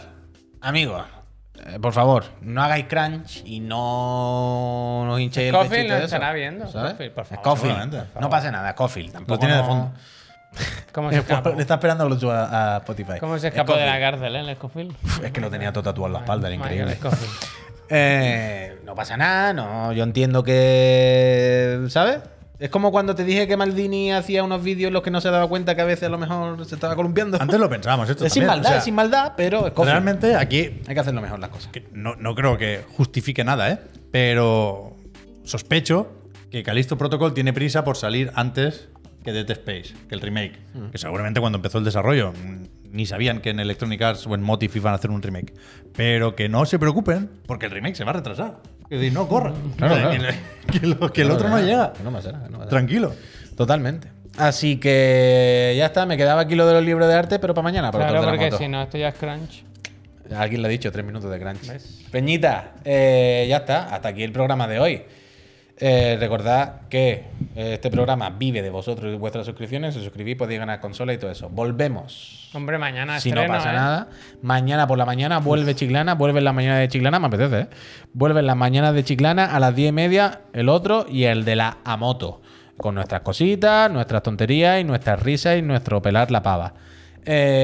amigos, eh, por favor, no hagáis crunch y no nos hinchéis el
Scofield
pechito
no
de eso,
estará viendo,
¿sabes?
Scofield, por favor.
Scofield,
Seguramente, por
no pasa nada, Scofield. Tampoco
Lo tiene de
no-
fondo.
<laughs>
¿Cómo se escapó?
Le está esperando lo suba a, Spotify.
¿Cómo se escapó de la cárcel, eh, el Escofil?
Scofield. <laughs> Es que lo tenía todo tatuado en la espalda, era
Michael
increíble.
Scofield.
Eh, no pasa nada, no, yo entiendo que. ¿Sabes? Es como cuando te dije que Maldini hacía unos vídeos en los que no se daba cuenta que a veces a lo mejor se estaba columpiando.
Antes lo pensábamos, esto
es sin
también,
maldad,
o sea,
es sin maldad, pero Scofield.
Realmente aquí
Hay que hacerlo mejor las cosas.
que no, no creo que justifique nada, ¿eh? Pero sospecho que Callisto Protocol tiene prisa por salir antes que Dead Space, que el remake.
Mm.
Que seguramente cuando empezó el desarrollo mm, ni sabían que en Electronic Arts o en Motif iban a hacer un remake. Pero que no se preocupen, porque el remake se va a retrasar. Es decir, no corran.
Claro,
O sea, que
claro.
le- Que, lo- que el otro no llega.
No pasa nada, no pasa nada.
Tranquilo.
Totalmente. Así que ya está, me quedaba aquí lo de los libros de arte, pero para mañana, para
Claro,
otro de la
porque
moto.
si no, esto ya es crunch.
Alguien lo ha dicho, tres minutos de crunch.
¿Ves?
Peñita, eh, ya está, hasta aquí el programa de hoy. Eh, recordad que eh, este programa vive de vosotros y de vuestras suscripciones. Si os suscribís podéis ganar consola y todo eso. Volvemos.
Hombre, mañana
si
estreno,
no pasa
¿eh?
nada. Mañana por la mañana vuelve Chiclana, vuelve en la mañana de Chiclana, me apetece, ¿eh? Vuelve en las mañanas de Chiclana a las 10 y media, el otro y el de la Amoto. Con nuestras cositas, nuestras tonterías y nuestras risas y nuestro pelar la pava.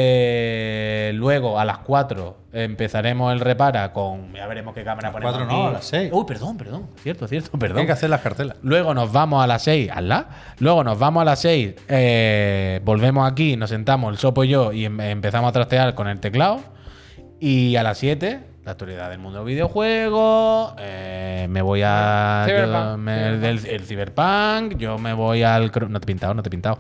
Eh, luego a las 4 empezaremos el repara con. Ya veremos qué cámara ponemos.
cuatro
aquí.
no, a las seis.
Uy, perdón, perdón. Cierto, cierto, perdón.
Tienen que hacer las cartelas.
Luego nos vamos a las 6, ¿alá? Luego nos vamos a las 6, volvemos aquí, nos sentamos el Sopo y yo y em- empezamos a trastear con el teclado. Y a las 7, la actualidad del mundo videojuego, eh, me voy a... yo
Cyberpunk.
me-
Cyberpunk.
del- el Cyberpunk, yo me voy al... cro- No te he pintado, no te he pintado.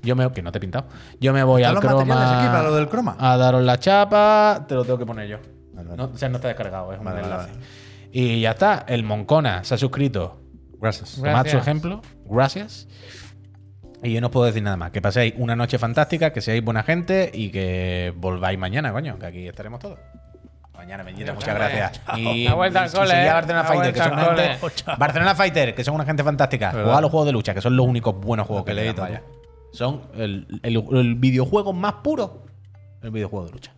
Yo me... Que no te he pintado. Yo me voy
¿Están
al
los materiales
croma...
aquí para lo del croma?
A daros la chapa, te lo tengo que poner yo.
Vale, vale.
No, o sea, no está descargado, es un
Vale, vale,
enlace. Y ya está, el Moncona se ha suscrito
Gracias.
Gracias.
Tomad su ejemplo, gracias. Y yo no os puedo decir nada más. Que paséis una noche fantástica, que seáis buena gente y que volváis mañana, coño, que aquí estaremos todos. Mañana, Peñita, muchas
hombre. <laughs>
gracias. Y,
La vuelta al
y
cole,
seguid a
eh.
Barcelona
La
Fighter, que son
vuelta al
una
cole.
gente, Barcelona Fighter, que son una gente fantástica.
¿Verdad?
Jugad a los juegos de lucha, que son los únicos buenos juegos que
peleita,
leí. Son el, el- el videojuego más puro el videojuego de lucha.